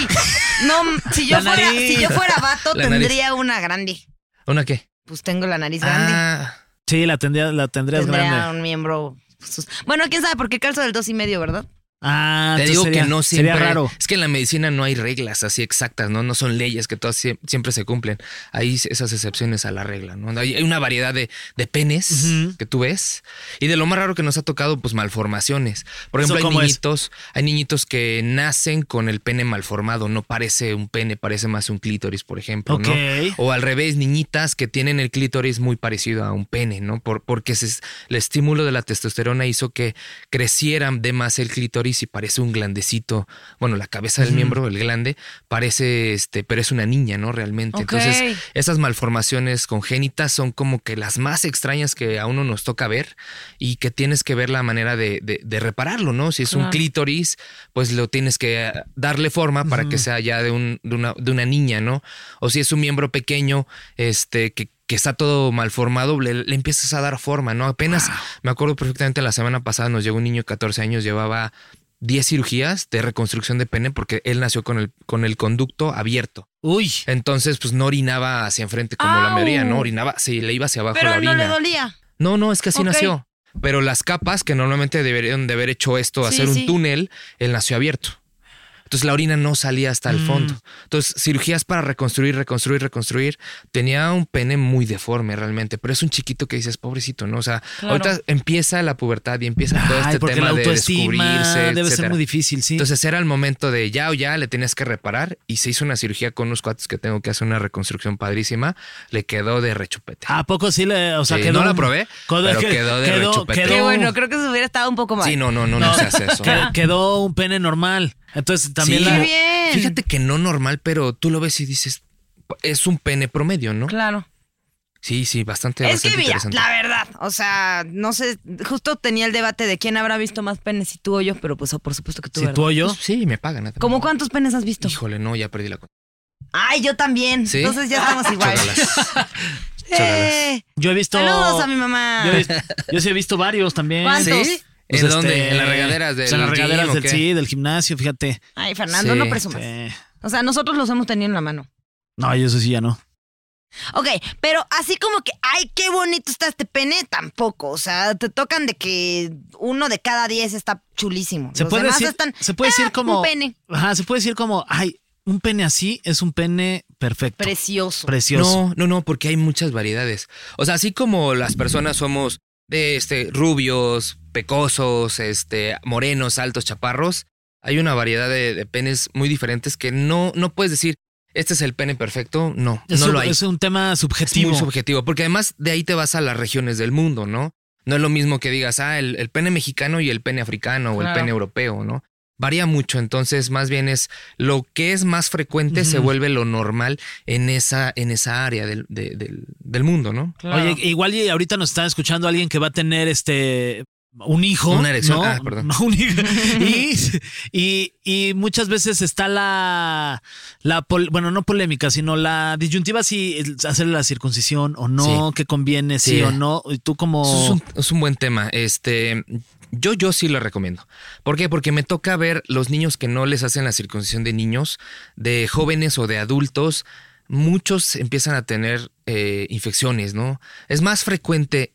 Speaker 3: no, si yo,
Speaker 2: La
Speaker 3: fuera,
Speaker 2: nariz.
Speaker 3: si yo fuera vato,
Speaker 5: La nariz.
Speaker 3: tendría una grande.
Speaker 5: ¿Una qué?
Speaker 3: Pues tengo la nariz grande.
Speaker 5: Ah,
Speaker 2: Sí, la, tendría, la tendrías
Speaker 3: Tendría
Speaker 2: grande.
Speaker 3: un miembro. pues, sus- Bueno, quién sabe, porque calzo del dos y medio, ¿verdad?
Speaker 2: Ah,
Speaker 5: te
Speaker 2: entonces
Speaker 5: digo
Speaker 2: sería-
Speaker 5: que no siempre.
Speaker 2: Sería raro.
Speaker 5: Es que en la medicina no hay reglas así exactas, ¿no? No son leyes que todas sie- siempre se cumplen. Hay esas excepciones a la regla, ¿no? Hay hay una variedad de, de penes
Speaker 2: Ujú.
Speaker 5: que tú ves. Y de lo más raro que nos ha tocado, pues malformaciones. Por
Speaker 2: ¿Eso
Speaker 5: ejemplo, hay
Speaker 2: cómo es?
Speaker 5: niñitos, hay niñitos que nacen con el pene malformado. No parece un pene, parece más un clítoris, por ejemplo, ¿no?
Speaker 2: Ok.
Speaker 5: O al revés, niñitas que tienen el clítoris muy parecido a un pene, ¿no? Por- porque se- el estímulo de la testosterona hizo que crecieran de más el clítoris y parece un glandecito. Bueno, la cabeza del miembro, el glande, parece este, pero es una niña, ¿no? Realmente.
Speaker 3: Ok.
Speaker 5: Entonces, esas malformaciones congénitas son como que las más extrañas que a uno nos toca ver y que tienes que ver la manera de, de- de repararlo, ¿no? Si es un clítoris, pues lo tienes que eh, darle forma para que sea ya de, un- de una, de una niña, ¿no? O si es un miembro pequeño, este, que, que está todo mal formado, le, le empiezas a dar forma, ¿no? Apenas, me acuerdo perfectamente, la semana pasada nos llegó un niño de 14 años, llevaba 10 cirugías de reconstrucción de pene porque él nació con el, con el conducto abierto.
Speaker 2: Uy.
Speaker 5: Entonces, pues no orinaba hacia enfrente como la mayoría, ¿no? Orinaba, sí, le iba hacia abajo
Speaker 3: Pero
Speaker 5: la orina.
Speaker 3: no le dolía.
Speaker 5: No, no, es que así
Speaker 3: Ok.
Speaker 5: nació. Pero las capas que normalmente deberían de haber hecho esto,
Speaker 3: Sí,
Speaker 5: hacer un
Speaker 3: sí.
Speaker 5: túnel, él nació abierto. Entonces la orina no salía hasta el
Speaker 2: Mm.
Speaker 5: fondo. Entonces, cirugías para reconstruir, reconstruir, reconstruir. Tenía un pene muy deforme realmente, pero es un chiquito que dices, pobrecito, ¿no? O sea, ahorita empieza la pubertad y empieza todo
Speaker 2: Ay,
Speaker 5: este
Speaker 2: porque la
Speaker 5: tema de
Speaker 2: autoestima
Speaker 5: descubrirse.
Speaker 2: debe ser
Speaker 5: etcétera.
Speaker 2: muy difícil, sí.
Speaker 5: Entonces era el momento de ya o ya le tenías que reparar y se hizo una cirugía con unos cuates que tengo que hacer una reconstrucción padrísima. Le quedó de rechupete.
Speaker 3: Ah,
Speaker 2: ¿A poco sí le.? O sea,
Speaker 5: Sí,
Speaker 2: quedó.
Speaker 5: no la
Speaker 2: un-
Speaker 5: probé, pero
Speaker 2: que-
Speaker 5: quedó de rechupete.
Speaker 3: Qué
Speaker 5: No.
Speaker 3: bueno, creo que se hubiera estado un poco mal.
Speaker 5: Sí, no, no, no, no, se hace eso.
Speaker 2: que- [laughs]
Speaker 3: [laughs]
Speaker 2: quedó un pene normal. Entonces también
Speaker 5: Sí,
Speaker 2: la.
Speaker 3: Qué bien.
Speaker 5: Fíjate que no normal, pero tú lo ves y dices, es un pene promedio, ¿no?
Speaker 3: Claro.
Speaker 5: Sí, sí, bastante,
Speaker 3: Es que
Speaker 5: bastante
Speaker 3: mira,
Speaker 5: interesante.
Speaker 3: la verdad, o sea, no sé, justo tenía el debate de quién habrá visto más penes, si tú o yo, pero pues por supuesto que tú,
Speaker 2: Si
Speaker 3: ¿verdad?
Speaker 2: tú o yo.
Speaker 5: Pues Sí, me pagan. nada más.
Speaker 3: ¿Cómo cuántos penes has visto?
Speaker 5: Híjole, no, ya perdí la cuenta.
Speaker 3: Ay, yo también.
Speaker 5: ¿Sí? Ah,
Speaker 3: Entonces ya estamos igual.
Speaker 5: Chócalas.
Speaker 3: Eh,
Speaker 2: Yo he visto.
Speaker 3: saludos a mi mamá.
Speaker 2: Yo, he visto- [laughs] yo sí he visto varios también.
Speaker 3: ¿Cuántos?
Speaker 5: ¿Sí?
Speaker 2: Pues,
Speaker 5: ¿En
Speaker 2: este,
Speaker 5: dónde? ¿En las regaderas del
Speaker 2: pues, en las
Speaker 5: gym
Speaker 2: regaderas
Speaker 5: o
Speaker 2: del
Speaker 5: qué?
Speaker 2: sí, del gimnasio, fíjate.
Speaker 3: Ay, Fernando,
Speaker 5: Sí,
Speaker 3: no presumas.
Speaker 2: Eh,
Speaker 3: O sea, nosotros los hemos tenido en la mano.
Speaker 2: no, yo eso sí ya no.
Speaker 3: Ok, pero así como que, ay, qué bonito está este pene, tampoco. O sea, te tocan de que uno de cada diez está chulísimo.
Speaker 2: Se
Speaker 3: Los
Speaker 2: puede
Speaker 3: demás
Speaker 2: decir,
Speaker 3: están,
Speaker 2: se puede decir
Speaker 3: "Ah,
Speaker 2: como
Speaker 3: Un pene
Speaker 2: Ajá, se puede decir como, ay, un pene así es un pene perfecto,
Speaker 3: precioso.
Speaker 2: precioso.
Speaker 5: No, no, no, porque hay muchas variedades. O sea, así como las personas somos de este rubios, pecosos, este morenos, altos, chaparros, hay una variedad de, de penes muy diferentes que no no puedes decir este es el pene perfecto, no,
Speaker 2: es,
Speaker 5: no
Speaker 2: sub-
Speaker 5: lo hay.
Speaker 2: es un tema subjetivo.
Speaker 5: Es muy subjetivo, porque además de ahí te vas a las regiones del mundo, ¿no? No es lo mismo que digas, ah, el, el pene mexicano y el pene africano o el
Speaker 3: Claro.
Speaker 5: pene europeo, ¿no? Varía mucho, entonces más bien es lo que es más frecuente se
Speaker 2: Ujú.
Speaker 5: vuelve lo normal en esa, en esa área del, de- del- del mundo, ¿no?
Speaker 2: Oye, igual y ahorita nos está escuchando alguien que va a tener este un hijo.
Speaker 5: Una erección.
Speaker 2: ¿no?
Speaker 5: Ah, perdón.
Speaker 2: No, [laughs] un
Speaker 5: [laughs]
Speaker 2: hijo. Y, y- y muchas veces está la, la pol- bueno, no polémica, sino la disyuntiva si hacer la circuncisión o no, que conviene, sí,
Speaker 5: Sí.
Speaker 2: o no. Y tú como
Speaker 5: Eso es un, es un buen tema. Este, Yo, yo sí lo recomiendo. ¿Por qué? Porque me toca ver los niños que no les hacen la circuncisión de niños, de jóvenes o de adultos. Muchos empiezan a tener eh, infecciones, ¿no? Es más frecuente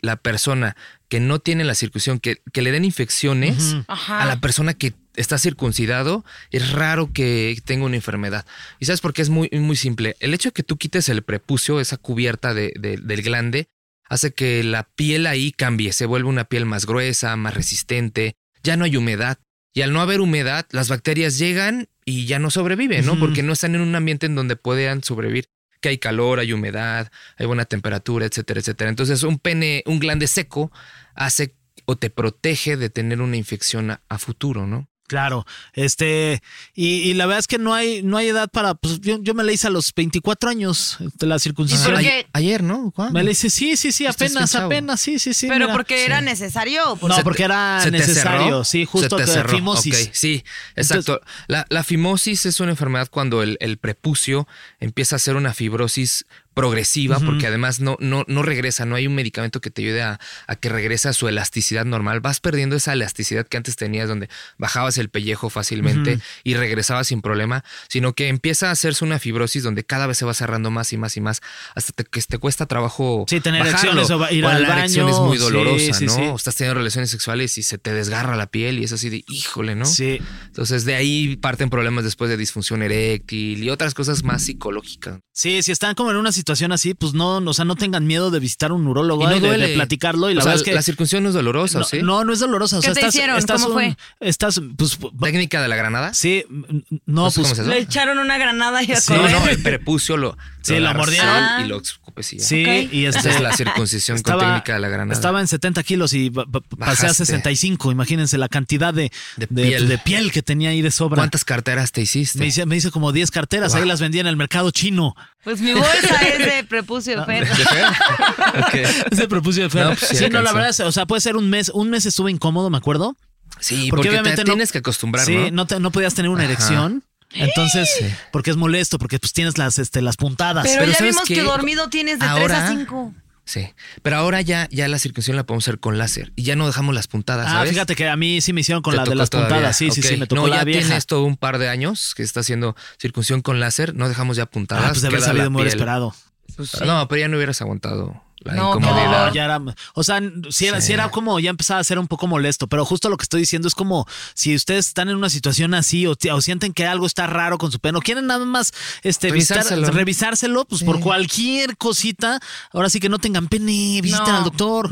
Speaker 5: la persona que no tiene la circuncisión, que, que le den infecciones
Speaker 3: Ajá.
Speaker 5: a la persona que está circuncidado, es raro que tenga una enfermedad. ¿Y sabes por qué? Es muy, muy simple. El hecho de que tú quites el prepucio, esa cubierta de- de- del glande, hace que la piel ahí cambie, se vuelve una piel más gruesa, más resistente, ya no hay humedad. Y al no haber humedad, las bacterias llegan y ya no sobreviven, ¿no?
Speaker 2: Ujú.
Speaker 5: Porque no están en un ambiente en donde puedan sobrevivir, que hay calor, hay humedad, hay buena temperatura, etcétera, etcétera. Entonces, un pene, un glande seco hace o te protege de tener una infección a, a futuro, ¿no?
Speaker 2: Claro, este, y, y la verdad es que no hay, no hay edad para, pues yo, yo me la hice a los 24 años, este, la circuncisión.
Speaker 3: por
Speaker 5: Ay-
Speaker 3: qué?
Speaker 5: Ayer, ¿no? ¿Cuándo?
Speaker 2: Me la hice, sí, sí, sí,
Speaker 5: Estás bien
Speaker 2: apenas,
Speaker 5: chavo.
Speaker 2: apenas, sí, sí, sí.
Speaker 3: Pero
Speaker 2: mira.
Speaker 3: porque era necesario. o por-
Speaker 2: No,
Speaker 5: Se te-
Speaker 2: porque era
Speaker 5: ¿se te
Speaker 2: necesario,
Speaker 5: cerró?
Speaker 2: sí, justo
Speaker 5: Se te
Speaker 2: que
Speaker 5: cerró,
Speaker 2: fimosis.
Speaker 5: ok, sí, exacto. la, la fimosis es una enfermedad cuando el, el prepucio empieza a ser una fibrosis progresiva, porque además no, no, no regresa, no hay un medicamento que te ayude a, a que regrese a su elasticidad normal. Vas perdiendo esa elasticidad que antes tenías, donde bajabas el pellejo fácilmente y regresabas sin problema, sino que empieza a hacerse una fibrosis donde cada vez se va cerrando más y más y más, hasta te- que te cuesta trabajo
Speaker 2: Sí, tener
Speaker 5: bajarlo.
Speaker 2: erecciones o ba- ir al
Speaker 5: la erección
Speaker 2: baño,
Speaker 5: es muy
Speaker 2: sí,
Speaker 5: dolorosa,
Speaker 2: sí,
Speaker 5: ¿no?
Speaker 2: sí.
Speaker 5: O estás teniendo relaciones sexuales y se te desgarra la piel y es así de híjole, ¿no?
Speaker 2: Sí.
Speaker 5: Entonces de ahí parten problemas después de disfunción eréctil y otras cosas más psicológicas.
Speaker 2: Sí, si están como en una situación así, pues no, o sea, no tengan miedo de visitar un urólogo
Speaker 5: Y no
Speaker 2: y de- de,
Speaker 5: duele.
Speaker 2: platicarlo. Y
Speaker 5: O
Speaker 2: la
Speaker 5: sea,
Speaker 2: verdad es que
Speaker 5: la circuncisión no es dolorosa,
Speaker 2: no,
Speaker 5: ¿sí?
Speaker 2: no, no es dolorosa. O
Speaker 3: ¿Qué
Speaker 2: sea,
Speaker 3: te
Speaker 2: estás,
Speaker 3: hicieron?
Speaker 2: estás
Speaker 3: ¿Cómo
Speaker 2: un-
Speaker 3: fue?
Speaker 2: estás, pues,
Speaker 5: Técnica de la granada.
Speaker 2: sí, mm, no,
Speaker 5: No sé
Speaker 2: pues,
Speaker 5: cómo se
Speaker 3: Le
Speaker 5: llama.
Speaker 3: echaron una granada y a
Speaker 2: Sí.
Speaker 5: No,
Speaker 3: correr.
Speaker 5: no, el prepucio lo,
Speaker 2: Sí, lo
Speaker 5: agarras
Speaker 2: mordieron.
Speaker 5: y lo escupecía.
Speaker 2: sí,
Speaker 3: Ok.
Speaker 2: y este,
Speaker 5: Esa es la circuncisión con técnica de la granada.
Speaker 2: Estaba en 70 kilos y ba- ba- pasé a
Speaker 5: Bajaste.
Speaker 2: 65. Imagínense la cantidad de,
Speaker 5: De
Speaker 2: de-
Speaker 5: piel.
Speaker 2: de piel que tenía ahí de sobra.
Speaker 5: ¿Cuántas carteras te hiciste?
Speaker 2: Me hice, me hice como 10 carteras,
Speaker 5: Wow.
Speaker 2: ahí las vendía en el mercado chino. [laughs]
Speaker 3: Pues mi bolsa es de prepucio, Fer.
Speaker 5: ¿De feo? Ok.
Speaker 2: Ese prepucio de Fer.
Speaker 5: No, pues sí
Speaker 2: sí, no, la
Speaker 5: alcanzó.
Speaker 2: verdad, es- o sea, puede ser un mes. Un mes estuve incómodo, me acuerdo.
Speaker 5: Sí, porque, te
Speaker 2: obviamente no-
Speaker 5: tienes que acostumbrar,
Speaker 2: sí,
Speaker 5: ¿no?
Speaker 2: te- no podías tener una
Speaker 5: Ajá.
Speaker 2: erección. Entonces, porque es molesto, porque pues tienes las, este, las puntadas.
Speaker 3: Pero,
Speaker 5: Pero
Speaker 3: ya
Speaker 5: ¿sabes
Speaker 3: vimos que
Speaker 5: qué?
Speaker 3: dormido tienes de 3 a
Speaker 5: Ahora-
Speaker 3: 5.
Speaker 5: Sí, pero ahora ya, ya la circuncisión la podemos hacer con láser y ya no dejamos las puntadas.
Speaker 2: ah,
Speaker 5: ¿sabes?
Speaker 2: fíjate que a mí sí me hicieron con
Speaker 5: Te
Speaker 2: la de
Speaker 5: tocó
Speaker 2: las
Speaker 5: todavía.
Speaker 2: puntadas. Sí, sí,
Speaker 5: Ok.
Speaker 2: sí, me tocó
Speaker 5: no,
Speaker 2: la
Speaker 5: ya
Speaker 2: vieja.
Speaker 5: tienes todo un par de años que está haciendo circuncisión con láser, no dejamos ya puntadas.
Speaker 2: Ah, pues de haber
Speaker 5: queda la
Speaker 2: salido me hubiera
Speaker 5: piel. Pues
Speaker 2: esperado. Pues
Speaker 5: No, pero ya no hubieras aguantado la
Speaker 3: No,
Speaker 5: incomodidad.
Speaker 2: No, ya era, o sea, si era,
Speaker 5: Sí.
Speaker 2: sí era como, ya empezaba a ser un poco molesto, pero justo lo que estoy diciendo es como si ustedes están en una situación así o, ti- o sienten que algo está raro con su pene o quieren nada más este, visitar-
Speaker 5: Revisárselo.
Speaker 2: revisárselo, pues por cualquier cosita, ahora sí que no tengan pene, visiten
Speaker 3: No.
Speaker 2: al
Speaker 5: [laughs]
Speaker 2: doctor,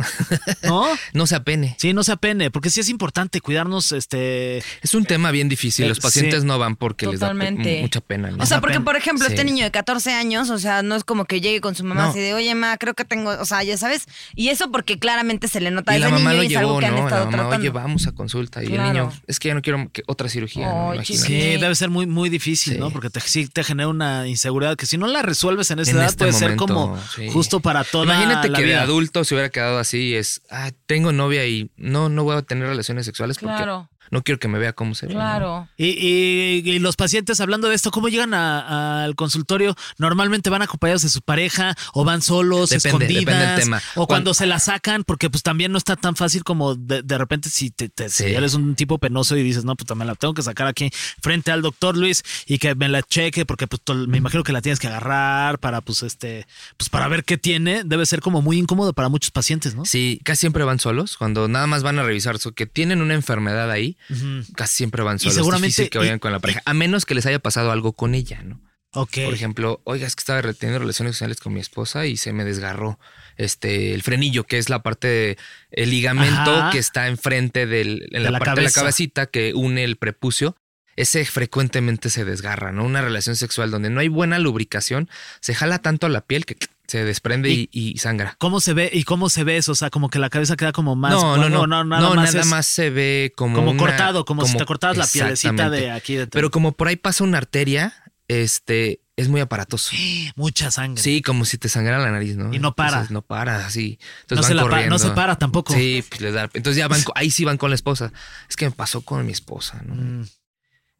Speaker 2: ¿no?
Speaker 5: No se apene.
Speaker 2: Sí, no se apene, porque sí es importante cuidarnos, este,
Speaker 5: Es un tema bien difícil. Los
Speaker 2: Eh,
Speaker 5: pacientes
Speaker 2: sí.
Speaker 5: no van porque les da
Speaker 3: Totalmente.
Speaker 5: pe- mucha pena. ¿no?
Speaker 3: O sea, porque por ejemplo,
Speaker 5: Sí.
Speaker 3: este niño de 14 años, o sea, no es como que llegue con su mamá
Speaker 5: No.
Speaker 3: así de, oye, ma, creo que tengo, o sea, ya sabes. Y eso porque claramente se le nota a
Speaker 5: Y
Speaker 3: ese
Speaker 5: la mamá
Speaker 3: niño
Speaker 5: lo
Speaker 3: y es algo
Speaker 5: llevó,
Speaker 3: que han
Speaker 5: ¿no? La
Speaker 3: estado
Speaker 5: mamá, oye,
Speaker 3: tratando.
Speaker 5: vamos a consulta. Y
Speaker 3: Claro. Oh,
Speaker 5: el niño, es que ya no quiero que- otra cirugía. ¿no?
Speaker 3: Ay,
Speaker 5: Imagínate.
Speaker 2: sí,
Speaker 3: Sí.
Speaker 2: debe ser muy, muy difícil,
Speaker 5: Sí.
Speaker 2: ¿no? Porque te, sí te genera una inseguridad que si no la resuelves en esa
Speaker 5: En
Speaker 2: edad
Speaker 5: este
Speaker 2: puede
Speaker 5: momento,
Speaker 2: ser como
Speaker 5: sí.
Speaker 2: justo para toda
Speaker 5: Imagínate
Speaker 2: la
Speaker 5: que de
Speaker 2: vida.
Speaker 5: adulto se hubiera quedado así y es, ah, tengo novia y no, no voy a tener relaciones sexuales
Speaker 3: Claro.
Speaker 5: porque no quiero que me vea cómo se ve. ¿no?
Speaker 3: Claro.
Speaker 2: Y, y- y los pacientes, hablando de esto, ¿cómo llegan a- al consultorio? ¿Normalmente van acompañados de su pareja o van solos,
Speaker 5: Depende, depende del
Speaker 2: escondidas?
Speaker 5: tema.
Speaker 2: O cuando
Speaker 5: Cuando-
Speaker 2: se la sacan, porque pues también no está tan fácil como de, de repente si, te, te- si
Speaker 5: Sí.
Speaker 2: eres un tipo penoso y dices, no, pues también la tengo que sacar aquí frente al doctor Luis y que me la cheque, porque pues tol- me imagino que la tienes que agarrar para pues este, pues para ver qué tiene. Debe ser como muy incómodo para muchos pacientes, ¿no?
Speaker 5: Sí, casi siempre van solos. Cuando nada más van a revisar so que tienen una enfermedad ahí, casi siempre van solos.
Speaker 2: seguramente-
Speaker 5: es difícil que vayan
Speaker 2: y-
Speaker 5: con la pareja, a menos que les haya pasado algo con ella, ¿no?
Speaker 2: Ok.
Speaker 5: Por ejemplo, oiga, es que estaba re- teniendo relaciones sexuales con mi esposa y se me desgarró este el frenillo, que es la parte de- el ligamento
Speaker 2: Ajá.
Speaker 5: que está enfrente del, en la,
Speaker 2: la
Speaker 5: parte de la
Speaker 2: cabeza.
Speaker 5: cabecita que une el prepucio. Ese frecuentemente se desgarra, ¿no? Una relación sexual donde no hay buena lubricación, se jala tanto a la piel que se desprende y, y sangra.
Speaker 2: ¿Cómo se ve y cómo se ve eso? O sea, como que la cabeza queda como más.
Speaker 5: no, no, no,
Speaker 2: no, nada más. es-
Speaker 5: se ve como
Speaker 2: como
Speaker 5: una-
Speaker 2: cortado, como, si te cortaras la pielecita
Speaker 5: Exactamente.
Speaker 2: de aquí de
Speaker 5: Pero como por ahí pasa una arteria, este es muy aparatoso.
Speaker 2: mucha sangre.
Speaker 5: Sí, como si te sangrara la nariz, ¿no?
Speaker 2: Y no para.
Speaker 5: Entonces, no para, sí.
Speaker 2: No
Speaker 5: Entonces
Speaker 2: se
Speaker 5: van
Speaker 2: la pa-
Speaker 5: corriendo.
Speaker 2: no se para tampoco.
Speaker 5: Sí, pues les da. Entonces ya van, co- ahí sí van con la esposa. Es que me pasó con mi esposa, ¿no?
Speaker 2: Mm.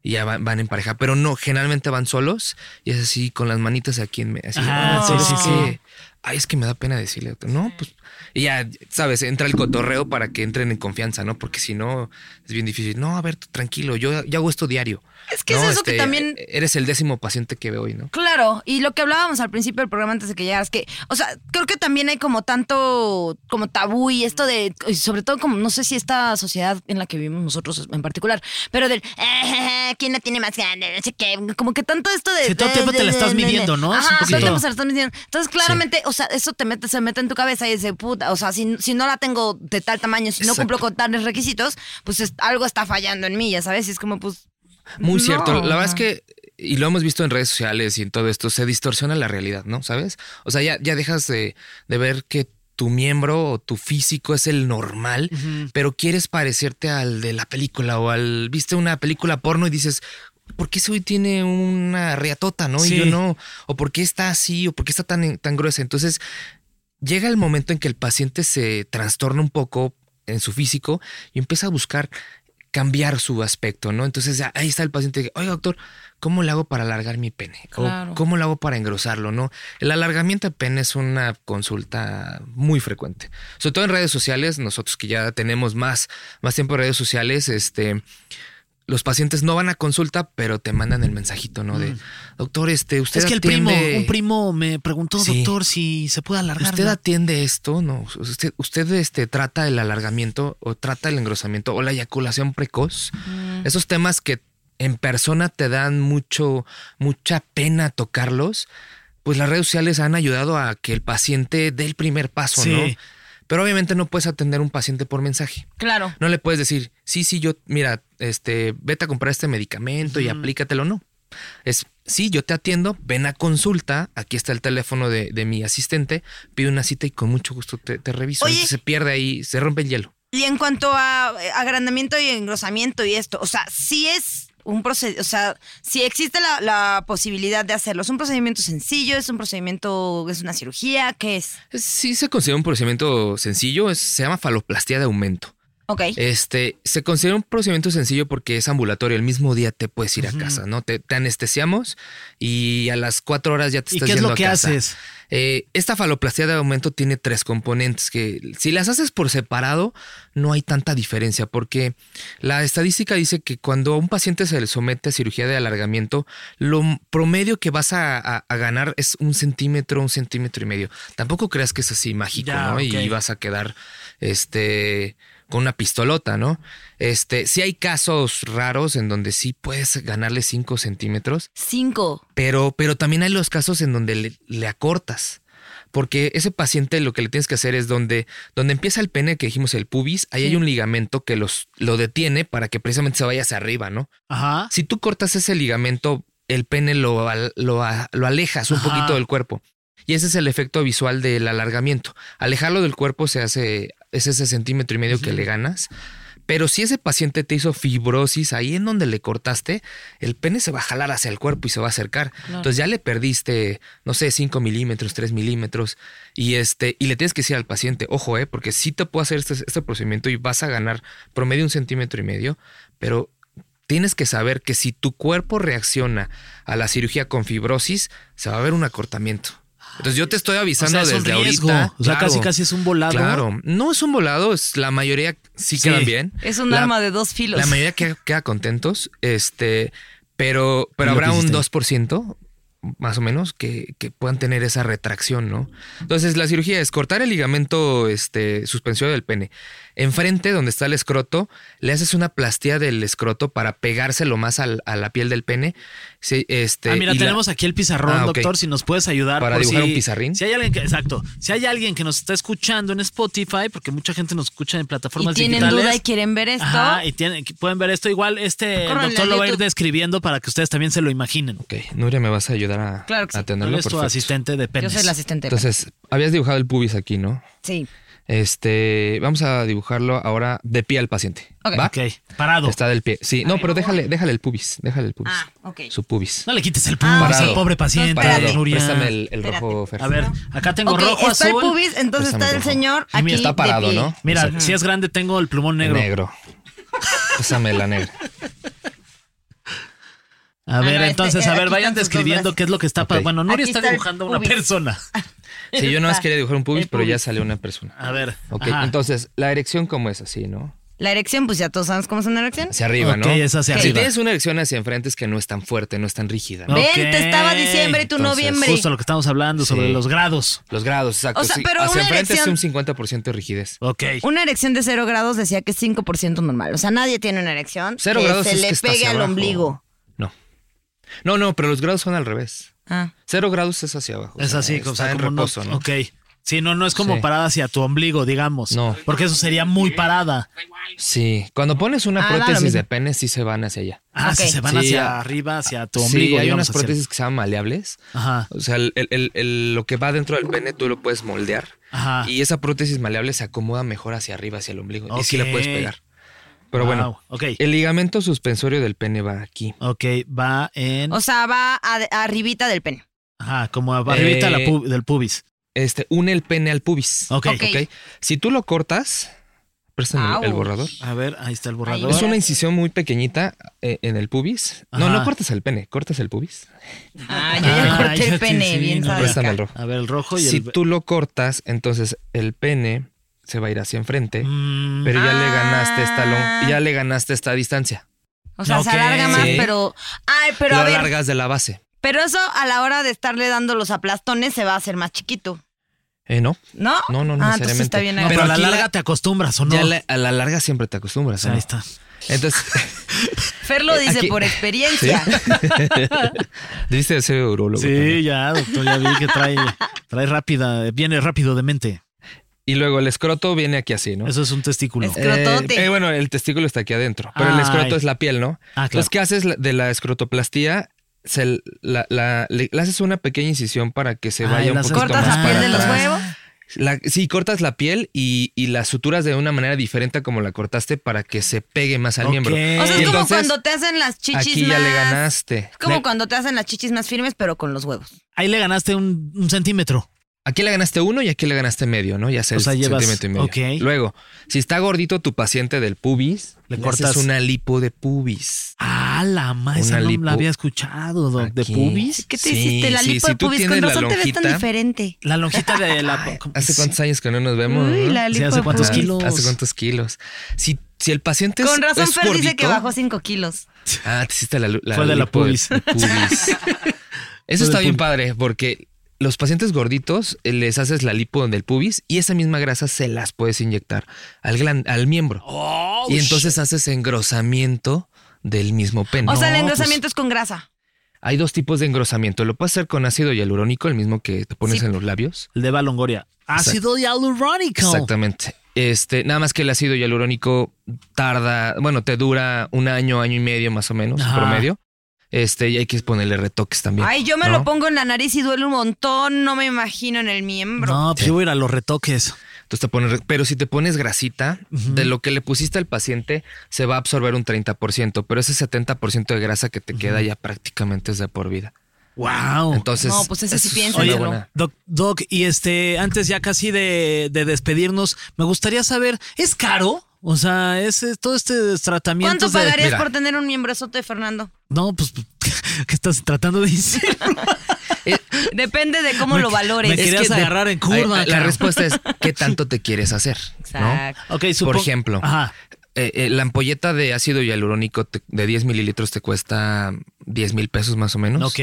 Speaker 5: Y ya van, van en pareja, pero no, generalmente van solos y es así con las manitas aquí en medio.
Speaker 2: Ajá, sí, sí, sí.
Speaker 5: ay, es que me da pena decirle, doctor. No, pues y ya, sabes, entra el cotorreo para que entren en confianza, ¿no? Porque si no, es bien difícil. No, a ver, tú tranquilo, yo, yo hago esto diario.
Speaker 3: Es que es
Speaker 5: No, Este,
Speaker 3: eso que también-
Speaker 5: Eres el décimo paciente que veo hoy, ¿no?
Speaker 3: Claro, y lo que hablábamos al principio del programa antes de que llegaras, que, o sea, creo que también hay como tanto, como tabú y esto de, y sobre todo como, no sé si esta sociedad en la que vivimos nosotros en particular, pero del, "Ah, ¿quién la tiene más grande? No sé qué, como que tanto esto de...
Speaker 2: Sí, todo el tiempo te la estás midiendo, ¿no? Es un
Speaker 3: Ajá, todo
Speaker 2: poquito-
Speaker 3: el tiempo se la estás midiendo. Entonces, claramente, o sea, eso te mete, se mete en tu cabeza y dice, puta, o sea, si, si no la tengo de tal tamaño, si no
Speaker 5: Exacto.
Speaker 3: cumplo con tales requisitos, pues es- algo está fallando en mí, ya sabes, y es como, pues...
Speaker 5: Muy
Speaker 3: No.
Speaker 5: cierto. La verdad es que, y lo hemos visto en redes sociales y en todo esto, se distorsiona la realidad, ¿no? ¿Sabes? O sea, ya, ya dejas de, de ver que tu miembro o tu físico es el normal, pero quieres parecerte al de la película o al. Viste una película porno y dices. ¿Por qué ese hoy tiene una riatota, no?
Speaker 2: Sí.
Speaker 5: Y yo no. ¿O por qué está así? ¿O por qué está tan, tan gruesa? Entonces, llega el momento en que el paciente se trastorna un poco en su físico y empieza a buscar cambiar su aspecto, ¿no? Entonces ya ahí está el paciente que, oiga, doctor, ¿cómo le hago para alargar mi pene? ¿O
Speaker 3: Claro.
Speaker 5: ¿Cómo le hago para engrosarlo, no? El alargamiento de pene es una consulta muy frecuente, sobre todo en redes sociales, nosotros que ya tenemos más, más tiempo en redes sociales, este... Los pacientes no van a consulta, pero te mandan el mensajito, ¿no? De, doctor, este,
Speaker 2: Mm.
Speaker 5: usted
Speaker 2: Es que el primo,
Speaker 5: atiende-
Speaker 2: un primo me preguntó,
Speaker 5: Sí.
Speaker 2: doctor, si se puede alargar.
Speaker 5: ¿Usted
Speaker 2: ¿no?
Speaker 5: atiende esto? No, usted, usted este, trata el alargamiento o trata el engrosamiento o la eyaculación precoz. Esos temas que en persona te dan mucho, mucha pena tocarlos, pues las redes sociales han ayudado a que el paciente dé el primer paso,
Speaker 2: Sí.
Speaker 5: ¿no? Pero obviamente no puedes atender un paciente por mensaje.
Speaker 3: Claro.
Speaker 5: No le puedes decir, sí, sí, yo, mira, este, vete a comprar este medicamento y aplícatelo, no. Es, sí, yo te atiendo, ven a consulta, aquí está el teléfono de, de mi asistente, pide una cita y con mucho gusto te, te reviso.
Speaker 3: Oye.
Speaker 5: Entonces se pierde ahí, se rompe el hielo.
Speaker 3: Y en cuanto a eh, agrandamiento y engrosamiento y esto, o sea, sí es un procedimiento, o sea, sí existe la, la posibilidad de hacerlo. Es un procedimiento sencillo, es un procedimiento, es una cirugía, ¿qué es?
Speaker 5: Sí se considera un procedimiento sencillo, es- se llama faloplastía de aumento.
Speaker 3: Ok.
Speaker 5: Este, se considera un procedimiento sencillo porque es ambulatorio, el mismo día te puedes ir a casa, ¿no? Te, te anestesiamos y a las cuatro horas ya te
Speaker 2: ¿Y
Speaker 5: estás
Speaker 2: qué es
Speaker 5: yendo
Speaker 2: lo
Speaker 5: a
Speaker 2: que
Speaker 5: casa.
Speaker 2: haces?
Speaker 5: Eh, esta faloplastía de aumento tiene tres componentes que si las haces por separado no hay tanta diferencia porque la estadística dice que cuando a un paciente se le somete a cirugía de alargamiento, lo m- promedio que vas a, a- a ganar es un centímetro, un centímetro y medio. Tampoco creas que es así mágico,
Speaker 2: Ya,
Speaker 5: ¿no? Y
Speaker 2: ok.
Speaker 5: vas a quedar este con una pistolota, ¿no? Este, sí hay casos raros en donde sí puedes ganarle 5 centímetros,
Speaker 3: Cinco.
Speaker 5: pero, pero también hay los casos en donde le, le acortas. Porque ese paciente lo que le tienes que hacer es donde, donde empieza el pene, que dijimos el pubis, ahí hay un ligamento que los, lo detiene para que precisamente se vaya hacia arriba, ¿no?
Speaker 2: Ajá.
Speaker 5: Si tú cortas ese ligamento, el pene lo, al- lo, a- lo alejas un
Speaker 2: Ajá.
Speaker 5: poquito del cuerpo. Y ese es el efecto visual del alargamiento. Alejarlo del cuerpo se hace, es ese centímetro y medio que le ganas. Pero si ese paciente te hizo fibrosis, ahí en donde le cortaste, el pene se va a jalar hacia el cuerpo y se va a acercar. Entonces ya le perdiste, no sé, 5 milímetros, 3 milímetros. Y, este, y le tienes que decir al paciente, ojo, eh, porque sí te puedo hacer este, este procedimiento y vas a ganar promedio un centímetro y medio, pero tienes que saber que si tu cuerpo reacciona a la cirugía con fibrosis, se va a ver un acortamiento. Entonces yo te estoy
Speaker 2: O
Speaker 5: avisando
Speaker 2: sea, es un
Speaker 5: desde
Speaker 2: riesgo.
Speaker 5: ahorita.
Speaker 2: O sea,
Speaker 5: Claro,
Speaker 2: casi casi es un volado.
Speaker 5: Claro, no es un volado, es la mayoría sí,
Speaker 2: Sí.
Speaker 5: quedan bien.
Speaker 3: Es un
Speaker 5: La-
Speaker 3: arma de dos filos.
Speaker 5: La mayoría que- queda contentos, este, pero, pero
Speaker 2: Lo que
Speaker 5: habrá un
Speaker 2: hiciste.
Speaker 5: 2% más o menos que, que puedan tener esa retracción, ¿no? Entonces la cirugía es cortar el ligamento este, suspensorio del pene. Enfrente, donde está el escroto, le haces una plastía del escroto para pegárselo más al- a la piel del pene. Sí, este,
Speaker 2: Ah, mira,
Speaker 5: y la-
Speaker 2: tenemos aquí el pizarrón,
Speaker 5: Ah, ok.
Speaker 2: doctor, si nos puedes ayudar.
Speaker 5: Para
Speaker 2: por
Speaker 5: dibujar
Speaker 2: si-
Speaker 5: un pizarrín.
Speaker 2: Si hay alguien que, exacto, si hay alguien que nos está escuchando en Spotify, porque mucha gente nos escucha en
Speaker 3: y
Speaker 2: plataformas
Speaker 3: tienen
Speaker 2: digitales.
Speaker 3: duda y quieren ver esto.
Speaker 2: Ajá, y tienen- pueden ver esto. Igual este
Speaker 3: Corran a
Speaker 2: doctor lo va a ir
Speaker 3: YouTube.
Speaker 2: describiendo para que ustedes también se lo imaginen.
Speaker 5: Ok, Nuria, ¿me vas a ayudar a,
Speaker 3: Claro que sí.
Speaker 5: a
Speaker 2: No
Speaker 5: tenerlo?
Speaker 2: eres tu
Speaker 5: Perfecto.
Speaker 2: asistente de
Speaker 3: Yo
Speaker 2: penes.
Speaker 3: soy el asistente.
Speaker 5: Entonces, habías dibujado el pubis aquí, ¿no?
Speaker 3: sí.
Speaker 5: Este, vamos a dibujarlo ahora de pie al paciente.
Speaker 3: Ok.
Speaker 5: ¿va?
Speaker 2: Ok, parado.
Speaker 5: Está del pie. Sí, no, pero déjale, déjale el pubis, déjale el pubis.
Speaker 3: Ah, ok.
Speaker 5: Su pubis.
Speaker 2: No le quites el
Speaker 3: Ah,
Speaker 2: pulso
Speaker 5: Parado.
Speaker 2: al pobre paciente,
Speaker 5: Parado.
Speaker 2: Nuria.
Speaker 5: Préstame el, el
Speaker 3: Espérate.
Speaker 5: rojo, Fer.
Speaker 2: A ver, acá tengo
Speaker 3: Ok,
Speaker 2: rojo,
Speaker 3: está
Speaker 2: azul.
Speaker 3: el pubis, entonces
Speaker 5: Préstame
Speaker 3: está el
Speaker 5: rojo.
Speaker 3: señor
Speaker 2: Y
Speaker 3: aquí
Speaker 2: mira,
Speaker 5: está
Speaker 3: de
Speaker 5: parado,
Speaker 3: pie.
Speaker 5: ¿no?
Speaker 2: Mira, si es grande tengo el plumón negro.
Speaker 5: Negro. Pásame
Speaker 2: [laughs]
Speaker 5: la negra.
Speaker 2: A ver,
Speaker 3: no, este,
Speaker 2: entonces, a
Speaker 3: eh,
Speaker 2: ver,
Speaker 3: aquí
Speaker 2: vayan
Speaker 3: están sus
Speaker 2: describiendo
Speaker 3: dos
Speaker 2: qué es lo que está pa-
Speaker 5: Ok.
Speaker 2: Bueno, Nuria
Speaker 3: Aquí
Speaker 2: está
Speaker 3: está el
Speaker 2: dibujando a una
Speaker 3: [laughs] pubis.
Speaker 2: persona.
Speaker 5: Sí, yo nada más quería dibujar un pubis, pero ya salió una persona.
Speaker 2: A ver.
Speaker 5: Ok,
Speaker 2: ajá.
Speaker 5: entonces, la erección como es así, ¿no?
Speaker 3: La erección, pues ya todos sabemos cómo es una erección.
Speaker 5: Hacia arriba,
Speaker 2: Ok,
Speaker 5: ¿no?
Speaker 2: es hacia
Speaker 5: Si
Speaker 2: arriba.
Speaker 5: tienes una erección hacia enfrente es que no es tan fuerte, no es tan rígida, ¿no?
Speaker 2: Ok.
Speaker 3: Ven, te estaba diciembre y tu
Speaker 5: Entonces,
Speaker 3: noviembre.
Speaker 2: Justo lo que estamos hablando sobre
Speaker 5: Sí.
Speaker 2: los grados.
Speaker 5: Los grados, exacto.
Speaker 3: O sea,
Speaker 5: sí.
Speaker 3: pero
Speaker 5: hacia
Speaker 3: una
Speaker 5: enfrente
Speaker 3: erección-
Speaker 5: es un 50% de rigidez.
Speaker 2: Ok.
Speaker 3: Una erección de 0 grados decía que es 5% normal. O sea, nadie tiene una erección
Speaker 5: Cero
Speaker 3: que
Speaker 5: grados
Speaker 3: se
Speaker 5: es
Speaker 3: le
Speaker 5: que está
Speaker 3: pegue
Speaker 5: hacia
Speaker 3: al
Speaker 5: abajo.
Speaker 3: ombligo.
Speaker 5: No. No, no, pero los grados son al revés.
Speaker 3: Ah.
Speaker 5: Cero grados es hacia abajo. o
Speaker 2: Es
Speaker 5: sea,
Speaker 2: así,
Speaker 5: está
Speaker 2: o sea,
Speaker 5: en
Speaker 2: como
Speaker 5: reposo,
Speaker 2: no,
Speaker 5: ¿no?
Speaker 2: Ok. Sí, no, no es como
Speaker 5: Sí.
Speaker 2: parada hacia tu ombligo, digamos.
Speaker 5: No.
Speaker 2: Porque eso sería muy parada.
Speaker 5: Sí, cuando pones una
Speaker 3: Ah, da lo
Speaker 5: prótesis
Speaker 3: mismo.
Speaker 5: de pene sí se van hacia allá.
Speaker 2: Ah,
Speaker 3: Ok.
Speaker 2: si se van
Speaker 5: Sí,
Speaker 2: hacia
Speaker 5: ah.
Speaker 2: arriba, hacia tu ombligo.
Speaker 5: sí, hay
Speaker 2: digamos,
Speaker 5: unas
Speaker 2: hacia-
Speaker 5: prótesis que se llaman maleables.
Speaker 2: Ajá.
Speaker 5: O sea, el- el- el- el- lo que va dentro del pene tú lo puedes moldear.
Speaker 2: Ajá.
Speaker 5: Y esa prótesis maleable se acomoda mejor hacia arriba, hacia el ombligo. Y sí
Speaker 2: Ok.
Speaker 5: la puedes pegar. Pero
Speaker 2: Wow,
Speaker 5: bueno,
Speaker 2: ok.
Speaker 5: el ligamento suspensorio del pene va aquí.
Speaker 2: Ok, va en.
Speaker 3: O sea, va a- arribita del pene.
Speaker 2: Ajá, como arribita
Speaker 5: Eh,
Speaker 2: la pu- del pubis.
Speaker 5: Este, une el pene al pubis.
Speaker 2: Ok.
Speaker 3: Ok.
Speaker 5: ¿ok? Si tú lo cortas, préstame el- el
Speaker 3: Ouch.
Speaker 5: borrador.
Speaker 2: A ver, ahí está el borrador.
Speaker 5: Es una incisión muy pequeñita eh, en el pubis. No,
Speaker 2: Ajá.
Speaker 5: no cortas el pene, cortas el pubis.
Speaker 3: Ah, yo ya
Speaker 2: Ah,
Speaker 3: corté
Speaker 2: ya
Speaker 3: el
Speaker 2: te-
Speaker 3: pene,
Speaker 2: sí,
Speaker 3: bien
Speaker 2: no,
Speaker 3: sabes.
Speaker 5: Préstame el rojo.
Speaker 2: A ver, el rojo y
Speaker 5: Si
Speaker 2: el.
Speaker 5: tú lo cortas, entonces el pene se va a ir hacia enfrente,
Speaker 2: Mm,
Speaker 5: pero ya le ganaste esta
Speaker 3: Ah.
Speaker 5: long- ya le ganaste esta distancia.
Speaker 3: O sea,
Speaker 2: Ok.
Speaker 3: se alarga más,
Speaker 5: Sí.
Speaker 3: pero. Ay, pero
Speaker 5: lo
Speaker 3: a ver.
Speaker 5: alargas de la base.
Speaker 3: Pero eso a la hora de estarle dando los aplastones se va a hacer más chiquito.
Speaker 5: Eh, no,
Speaker 3: ¿No?
Speaker 5: No, no, no
Speaker 3: Ah, entonces
Speaker 5: necesariamente.
Speaker 3: está bien
Speaker 2: no,
Speaker 3: ahí.
Speaker 2: pero a la
Speaker 5: aquí la-
Speaker 2: larga te acostumbras, ¿o no? Ah.
Speaker 5: ya la- a la larga siempre te acostumbras.
Speaker 2: O sea,
Speaker 5: ¿no?
Speaker 2: ahí está. [laughs]
Speaker 5: Entonces, [laughs]
Speaker 3: Fer lo dice
Speaker 5: eh, aquí-
Speaker 3: por experiencia.
Speaker 5: debiste de ser urologo.
Speaker 2: Sí,
Speaker 5: también.
Speaker 2: ya, doctor, ya vi que
Speaker 5: [laughs]
Speaker 2: trae, trae rápida, viene rápido de mente.
Speaker 5: Y luego el escroto viene aquí así, ¿no?
Speaker 2: Eso es un testículo.
Speaker 3: Es- escrotote.
Speaker 5: Eh, eh, bueno, el testículo está aquí adentro, pero el
Speaker 2: Ay.
Speaker 5: escroto es la piel, ¿no?
Speaker 2: Ah, claro.
Speaker 5: Entonces, ¿qué haces la- de la escrotoplastía? Se l- la, la- le, le haces una pequeña incisión para que se
Speaker 2: Ay,
Speaker 5: vaya un
Speaker 2: las
Speaker 5: poquito
Speaker 3: Cortas
Speaker 5: más
Speaker 3: la piel
Speaker 5: para
Speaker 3: de los
Speaker 5: atrás.
Speaker 3: huevos.
Speaker 5: La- sí, cortas la piel y, y las suturas de una manera diferente a como la cortaste para que se pegue más al
Speaker 2: Ok.
Speaker 5: miembro.
Speaker 2: O sea,
Speaker 3: O sea, es
Speaker 5: Y
Speaker 3: como
Speaker 5: entonces,
Speaker 3: cuando te hacen las chichis
Speaker 5: Aquí
Speaker 3: más.
Speaker 5: ya le ganaste.
Speaker 3: Es como
Speaker 5: Le-
Speaker 3: cuando te hacen las chichis más firmes, pero con los huevos.
Speaker 2: Ahí le ganaste un, un centímetro.
Speaker 5: Aquí le ganaste uno y aquí le ganaste medio, ¿no? Ya
Speaker 2: O
Speaker 5: sea el
Speaker 2: sea, llevas-
Speaker 5: centímetro y medio.
Speaker 2: ok.
Speaker 5: Luego, si está gordito tu paciente del pubis,
Speaker 2: Le
Speaker 5: le,
Speaker 2: cortas-
Speaker 5: cortas una lipo de pubis.
Speaker 2: Ah, la madre, esa
Speaker 5: Una
Speaker 2: no
Speaker 5: lipo.
Speaker 2: la había escuchado, doc. ¿De
Speaker 5: Aquí.
Speaker 2: pubis?
Speaker 3: ¿Qué te
Speaker 5: Sí,
Speaker 3: hiciste? La
Speaker 5: sí,
Speaker 3: lipo
Speaker 5: si
Speaker 3: de
Speaker 5: tú
Speaker 3: pubis. Con
Speaker 5: tienes la
Speaker 3: razón te ves tan
Speaker 5: lonjita-
Speaker 3: diferente.
Speaker 2: La lonjita de la... ¿cómo?
Speaker 5: ¿Hace cuántos años que no nos vemos?
Speaker 3: Uy,
Speaker 5: no?
Speaker 3: la
Speaker 2: Sí,
Speaker 3: lipo
Speaker 2: ¿hace
Speaker 3: de
Speaker 2: cuántos
Speaker 3: pubis.
Speaker 2: kilos?
Speaker 5: ¿Hace cuántos kilos? Si, si el paciente es
Speaker 3: Con razón
Speaker 5: es
Speaker 3: Fer dice que
Speaker 5: gordito-
Speaker 3: bajó 5 kilos.
Speaker 5: Ah, te hiciste la, lu- la
Speaker 2: Fue de la
Speaker 5: lipo
Speaker 2: pubis. [laughs]
Speaker 5: pubis. Eso
Speaker 2: del
Speaker 5: está bien
Speaker 2: pubis.
Speaker 5: padre porque los pacientes gorditos eh, les haces la lipo donde el pubis y esa misma grasa se las puedes inyectar al, glan- al miembro.
Speaker 2: Oh,
Speaker 5: y entonces haces engrosamiento del mismo pene.
Speaker 3: O sea, el
Speaker 5: No, pues,
Speaker 3: engrosamiento es con grasa.
Speaker 5: Hay dos tipos de engrosamiento. Lo puedes hacer con ácido hialurónico, el mismo que te pones
Speaker 3: Sí.
Speaker 5: en los labios.
Speaker 2: El de Balongoria. Ácido hialurónico.
Speaker 5: Exactamente. Este, nada más que el ácido hialurónico tarda, bueno, te dura un año, año y medio más o menos,
Speaker 2: Ajá.
Speaker 5: promedio. Este, y hay que ponerle retoques también.
Speaker 3: Ay, yo me lo
Speaker 5: ¿no?
Speaker 3: pongo en la nariz y duele un montón. No me imagino en el miembro.
Speaker 2: No, pues yo voy a ir a los retoques.
Speaker 5: Entonces te pones, pero si te pones grasita, de lo que le pusiste al paciente, se va a absorber un 30%, pero ese 70% de grasa que te queda ya prácticamente es de por vida.
Speaker 2: Wow.
Speaker 5: Entonces,
Speaker 3: No, pues ese sí
Speaker 5: eso es
Speaker 3: piénsalo.
Speaker 5: una
Speaker 2: Oye,
Speaker 5: buena-
Speaker 2: Doc, Doc, y este, antes ya casi de, de despedirnos, me gustaría saber, ¿es caro? O sea, es, es todo este tratamiento.
Speaker 3: ¿Cuánto pagarías
Speaker 5: mira.
Speaker 3: por tener un miembrozote, Fernando?
Speaker 2: No, pues, [laughs] ¿qué estás tratando de
Speaker 3: [laughs]
Speaker 2: decir?
Speaker 5: Eh,
Speaker 3: Depende de cómo
Speaker 2: Me-
Speaker 3: lo
Speaker 2: me
Speaker 3: valores.
Speaker 2: querías
Speaker 5: de-
Speaker 2: agarrar en curva,
Speaker 5: Ay, La
Speaker 2: cabrón.
Speaker 5: respuesta es qué tanto te quieres hacer.
Speaker 3: Exacto.
Speaker 5: ¿no?
Speaker 2: Ok, supo-
Speaker 5: Por ejemplo,
Speaker 2: Ajá.
Speaker 5: eh, eh, la ampolleta de ácido hialurónico te- de 10 mililitros te cuesta 10 mil pesos más o menos.
Speaker 2: Ok.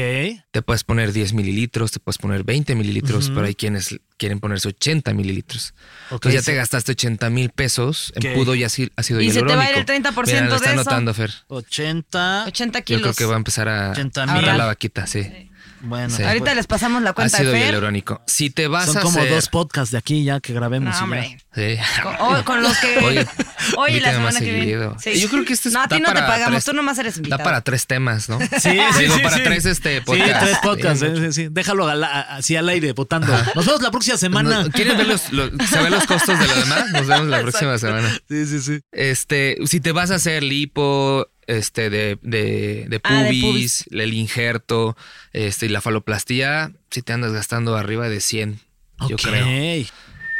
Speaker 5: Te puedes poner 10 mililitros, te puedes poner 20 mililitros, pero hay quienes quieren ponerse 80 mililitros.
Speaker 2: Ok,
Speaker 5: Entonces ya
Speaker 2: sí.
Speaker 5: te gastaste 80 mil pesos
Speaker 2: Ok.
Speaker 5: en pudo y ácido ácido
Speaker 3: Y se te
Speaker 5: hialurónico.
Speaker 3: va a ir el 30%
Speaker 5: Mira, lo
Speaker 3: de
Speaker 5: está
Speaker 3: eso.
Speaker 5: anotando, Fer.
Speaker 2: 80.
Speaker 3: 80 kilos.
Speaker 5: Yo creo que va a empezar a
Speaker 2: 80
Speaker 5: a
Speaker 2: mil.
Speaker 5: la vaquita, sí.
Speaker 2: Bueno, pues,
Speaker 5: Sí.
Speaker 3: Ahorita les pasamos la cuenta de
Speaker 5: Ácido
Speaker 3: Fer.
Speaker 5: hialurónico. Si te vas
Speaker 2: son
Speaker 5: a
Speaker 2: como
Speaker 5: hacer-
Speaker 2: dos podcasts de aquí ya que grabemos.
Speaker 3: No,
Speaker 2: y ya.
Speaker 3: hombre.
Speaker 5: Sí.
Speaker 3: Con, oh, con los que. [laughs] Oye,
Speaker 5: Oye,
Speaker 3: la
Speaker 5: invítame más
Speaker 3: semana que viene.
Speaker 5: seguido. Yo creo que este
Speaker 3: No, a ti
Speaker 5: da
Speaker 3: no te
Speaker 5: para
Speaker 3: pagamos,
Speaker 5: tres-
Speaker 3: tú nomás eres invitado.
Speaker 5: Da para tres temas, ¿no?
Speaker 2: Sí, sí,
Speaker 5: Digo,
Speaker 2: sí,
Speaker 5: para
Speaker 2: sí.
Speaker 5: tres este
Speaker 2: Sí,
Speaker 5: podcast.
Speaker 2: tres podcasts. ¿eh? sí, sí, sí. Déjalo al- a- así al aire, votando. Nos vemos la próxima semana.
Speaker 5: ¿Quieren ver los, los- saber los costos de lo demás? Nos vemos la próxima semana.
Speaker 2: Sí, sí, sí.
Speaker 5: Este, si te vas a hacer lipo, este, de, de, de
Speaker 3: Ah, de
Speaker 5: pubis, el injerto, este, y la faloplastía, si te andas gastando arriba de 100, yo
Speaker 2: Ok.
Speaker 5: creo.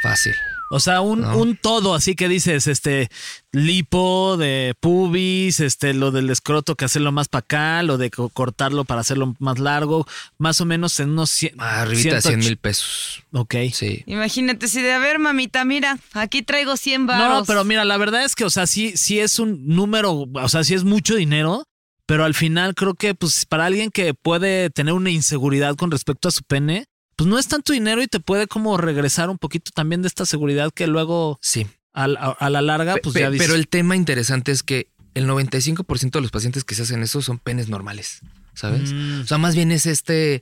Speaker 5: Fácil.
Speaker 2: O sea, un, un todo así que dices, este, lipo de pubis, este, lo del escroto que hacerlo más para acá, lo de co- cortarlo para hacerlo más largo, más o menos en unos 100.
Speaker 5: Ah, Arribita de 100 mil pesos.
Speaker 2: Ok.
Speaker 5: Sí.
Speaker 3: Imagínate si de, a ver, mamita, mira, aquí traigo 100 baros.
Speaker 2: No, pero mira, la verdad es que, o sea, sí, sí es un número, o sea, sí es mucho dinero, pero al final creo que, pues, para alguien que puede tener una inseguridad con respecto a su pene, pues no es tanto dinero y te puede como regresar un poquito también de esta seguridad que luego
Speaker 5: Sí.
Speaker 2: al- a, a la larga, pues
Speaker 5: Pe-
Speaker 2: ya
Speaker 5: pe-
Speaker 2: dices.
Speaker 5: Pero el tema interesante es que el 95% de los pacientes que se hacen eso son penes normales, ¿sabes?
Speaker 2: Mm.
Speaker 5: O sea, más bien es este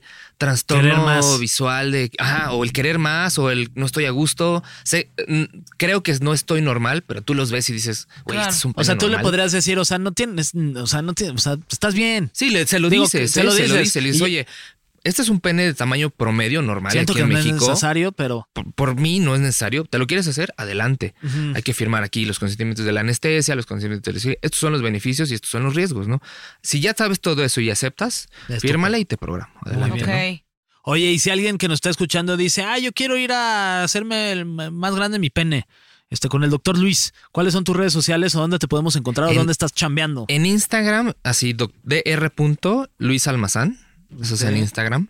Speaker 2: Querer
Speaker 5: trastorno
Speaker 2: más.
Speaker 5: visual de, ajá, o el querer más, o el no estoy a gusto. Sé- mm, creo que no estoy normal, pero tú los ves y dices, güey,
Speaker 3: Claro.
Speaker 5: este es un
Speaker 2: O sea,
Speaker 5: pene
Speaker 2: tú le
Speaker 5: normal".
Speaker 2: podrías decir, o sea, no tienes, o sea, no tienes, o sea, estás bien.
Speaker 5: Sí, le- se lo
Speaker 2: Digo,
Speaker 5: dices,
Speaker 2: se
Speaker 5: ¿eh?
Speaker 2: lo
Speaker 5: se lo
Speaker 2: dices.
Speaker 5: dice. Le dices,
Speaker 2: Y-
Speaker 5: oye, este es un pene de tamaño promedio normal
Speaker 2: Siento
Speaker 5: aquí
Speaker 2: que
Speaker 5: en
Speaker 2: no es
Speaker 5: México.
Speaker 2: necesario, pero
Speaker 5: por, por mí no es necesario. ¿Te lo quieres hacer? Adelante. Hay que firmar aquí los consentimientos de la anestesia, los consentimientos de la... Estos son los beneficios y estos son los riesgos, ¿no? Si ya sabes todo eso y aceptas,
Speaker 2: Estupendo.
Speaker 5: fírmala y te programo. Adelante.
Speaker 2: bien,
Speaker 3: Ok.
Speaker 5: ¿no?
Speaker 2: Oye, y si alguien que nos está escuchando dice, ah, yo quiero ir a hacerme el m- más grande mi pene, este, con el doctor Luis, ¿cuáles son tus redes sociales o dónde te podemos encontrar o
Speaker 5: En-
Speaker 2: dónde estás chambeando?
Speaker 5: En Instagram, así, doc- dr. Luis Almazán. Eso es en
Speaker 2: Ok.
Speaker 5: Instagram.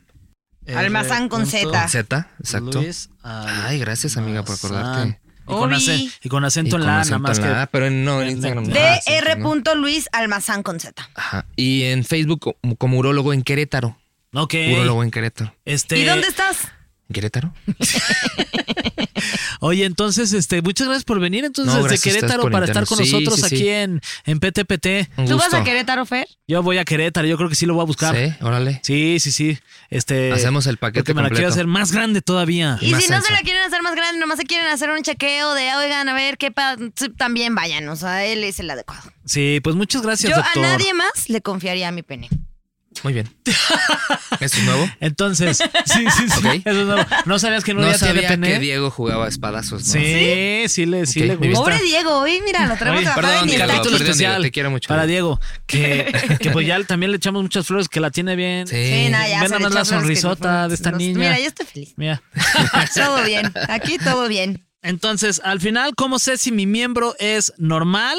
Speaker 4: Almazán con
Speaker 2: R.
Speaker 4: Z. Ah.
Speaker 5: Z, exacto.
Speaker 2: Eh, Luis Almazán.
Speaker 5: Ay, gracias, amiga, por acordarte.
Speaker 2: Y con,
Speaker 3: Ori.
Speaker 2: acen- y con
Speaker 5: Y
Speaker 2: acento
Speaker 5: con
Speaker 2: en la, A, nada
Speaker 5: acento
Speaker 2: más
Speaker 5: en
Speaker 2: que.
Speaker 5: la A, pero en- no, en Instagram. no.
Speaker 2: Ah,
Speaker 4: Dr. Luis Almazán con Z.
Speaker 5: Ajá. Y en Facebook como, como urólogo en Querétaro.
Speaker 2: Ok.
Speaker 5: Urólogo en Querétaro.
Speaker 2: Este,
Speaker 3: ¿Y dónde estás?
Speaker 5: ¿En Querétaro?
Speaker 2: Oye, entonces, este, muchas gracias por venir entonces
Speaker 5: No,
Speaker 2: desde
Speaker 5: gracias a ustedes
Speaker 2: Querétaro
Speaker 5: por
Speaker 2: para estar
Speaker 5: invitarnos.
Speaker 2: con
Speaker 5: Sí,
Speaker 2: nosotros
Speaker 5: sí, sí.
Speaker 2: aquí en, en PTPT.
Speaker 5: Un
Speaker 3: ¿Tú vas
Speaker 5: gusto.
Speaker 3: a Querétaro, Fer?
Speaker 2: Yo voy a Querétaro, yo creo que sí lo voy a buscar.
Speaker 5: Sí, órale.
Speaker 2: Sí, sí, sí. Este,
Speaker 5: Hacemos el paquete
Speaker 2: porque me la
Speaker 5: completo.
Speaker 2: quiero hacer más grande todavía.
Speaker 3: Y
Speaker 5: Más
Speaker 3: si no se
Speaker 5: sensual.
Speaker 3: la quieren hacer más grande, nomás se quieren hacer un chequeo de, oigan, a ver qué pa- también vayan. O sea, él es el adecuado.
Speaker 2: Sí, pues muchas gracias,
Speaker 3: Yo
Speaker 2: doctor.
Speaker 3: a nadie más le confiaría mi pene.
Speaker 2: [laughs]
Speaker 5: Muy bien. ¿Eso es nuevo?
Speaker 2: Entonces, [laughs] sí, sí, sí.
Speaker 5: Ok.
Speaker 2: eso no, no sabías que no,
Speaker 5: No
Speaker 2: ya tiene
Speaker 5: sabía
Speaker 2: pene.
Speaker 5: que Diego jugaba espadazos. ¿no?
Speaker 2: E. Sí, sí le, sí
Speaker 5: Ok,
Speaker 2: le
Speaker 5: muy bien.
Speaker 2: gusta.
Speaker 3: Pobre Diego, hoy mira, lo traemos
Speaker 2: Oye,
Speaker 3: trabajado
Speaker 5: perdón,
Speaker 3: y ni
Speaker 5: Diego,
Speaker 3: está
Speaker 2: Capítulo
Speaker 5: perdón, Diego,
Speaker 2: especial
Speaker 5: te quiero mucho.
Speaker 2: para Diego, que, que pues ya también le echamos muchas flores, que la tiene bien.
Speaker 5: Sí.
Speaker 3: Sí, nada, ya
Speaker 2: Ve
Speaker 3: se
Speaker 2: nada
Speaker 3: le
Speaker 2: más la
Speaker 3: echó flores que
Speaker 2: sonrisota
Speaker 3: nos-
Speaker 2: de esta
Speaker 3: nos-
Speaker 2: niña.
Speaker 3: Mira, yo estoy feliz.
Speaker 2: Mira.
Speaker 3: todo bien. Aquí todo bien.
Speaker 2: Entonces, al final, ¿cómo sé si mi miembro es normal?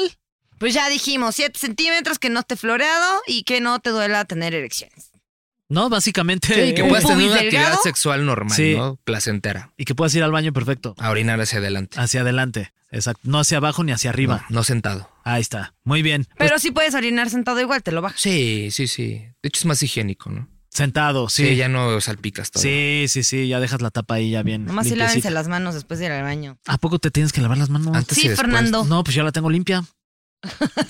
Speaker 3: Pues ya dijimos, 7 centímetros, que no esté floreado y que no te duela tener erecciones.
Speaker 2: No, básicamente.
Speaker 5: Sí, que
Speaker 2: eh,
Speaker 3: pueda-
Speaker 5: puedas tener
Speaker 3: pubis
Speaker 5: una actividad
Speaker 3: delgado.
Speaker 5: sexual normal,
Speaker 2: Sí.
Speaker 5: ¿no? Placentera.
Speaker 2: y que puedas ir al baño perfecto.
Speaker 5: A orinar hacia adelante.
Speaker 2: Hacia adelante. Exacto. No hacia abajo ni hacia
Speaker 5: No,
Speaker 2: arriba.
Speaker 5: no sentado.
Speaker 2: Ahí está. Muy bien. Pues,
Speaker 3: Pero sí puedes orinar sentado igual, te lo bajas.
Speaker 5: Sí, sí, sí. De hecho, es más higiénico, ¿no?
Speaker 2: sentado,
Speaker 5: Sí,
Speaker 2: sí.
Speaker 5: ya no salpicas todo.
Speaker 2: Sí, sí, sí, ya dejas la tapa ahí ya bien.
Speaker 3: Nomás sí
Speaker 2: limpiecita.
Speaker 3: lávense las manos después de ir al baño.
Speaker 2: ¿A poco te tienes que lavar las manos?
Speaker 5: Antes y
Speaker 3: Sí,
Speaker 5: después.
Speaker 3: Fernando.
Speaker 2: Este
Speaker 3: [laughs]
Speaker 2: No, pues yo la tengo limpia.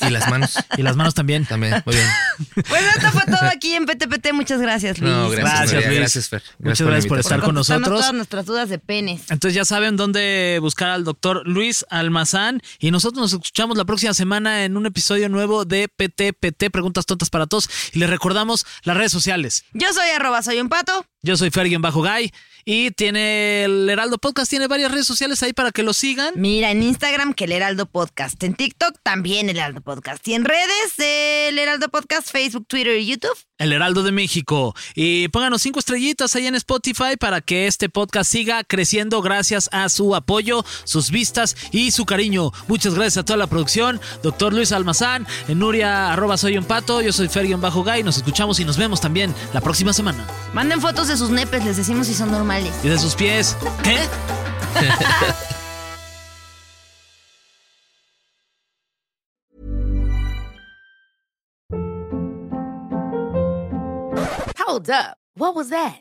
Speaker 5: Y las manos
Speaker 2: Y las manos
Speaker 5: [laughs]
Speaker 2: también.
Speaker 5: también.
Speaker 2: [laughs]
Speaker 5: Muy bien.
Speaker 3: Pues esto fue todo aquí en PTPT. Muchas gracias, Luis.
Speaker 5: No, gracias.
Speaker 2: Gracias,
Speaker 5: María.
Speaker 2: Luis.
Speaker 5: Gracias, Fer.
Speaker 2: Muchas
Speaker 5: la
Speaker 2: gracias por
Speaker 5: invitación.
Speaker 2: estar con
Speaker 3: Contestamos
Speaker 2: nosotros.
Speaker 3: todas nuestras dudas de penes.
Speaker 2: Entonces ya saben dónde buscar al doctor Luis Almazán. Y nosotros nos escuchamos la próxima semana en un episodio nuevo de PTPT, Preguntas Tontas para Todos. Y les recordamos las redes sociales.
Speaker 3: Yo soy arroba soy un pato.
Speaker 2: Yo soy Fergien Bajo Guy. Y tiene el Heraldo Podcast, tiene varias redes sociales ahí para que lo sigan.
Speaker 3: Mira, en Instagram que el Heraldo Podcast. En TikTok también el Heraldo Podcast. Y en redes eh, el Heraldo Podcast, Facebook, Twitter y YouTube.
Speaker 2: El Heraldo de México. Y pónganos cinco estrellitas ahí en Spotify para que este podcast siga creciendo gracias a su apoyo, sus vistas y su cariño. Muchas gracias a toda la producción. Doctor Luis Almazán, en Nuria, arroba soy un pato. Yo soy Fergien Bajo Guy. Nos escuchamos y nos vemos también la próxima semana.
Speaker 3: Manden fotos de sus nepes, les decimos si son normales.
Speaker 2: Y de sus pies. ¿Qué?
Speaker 6: Hold up. What was that?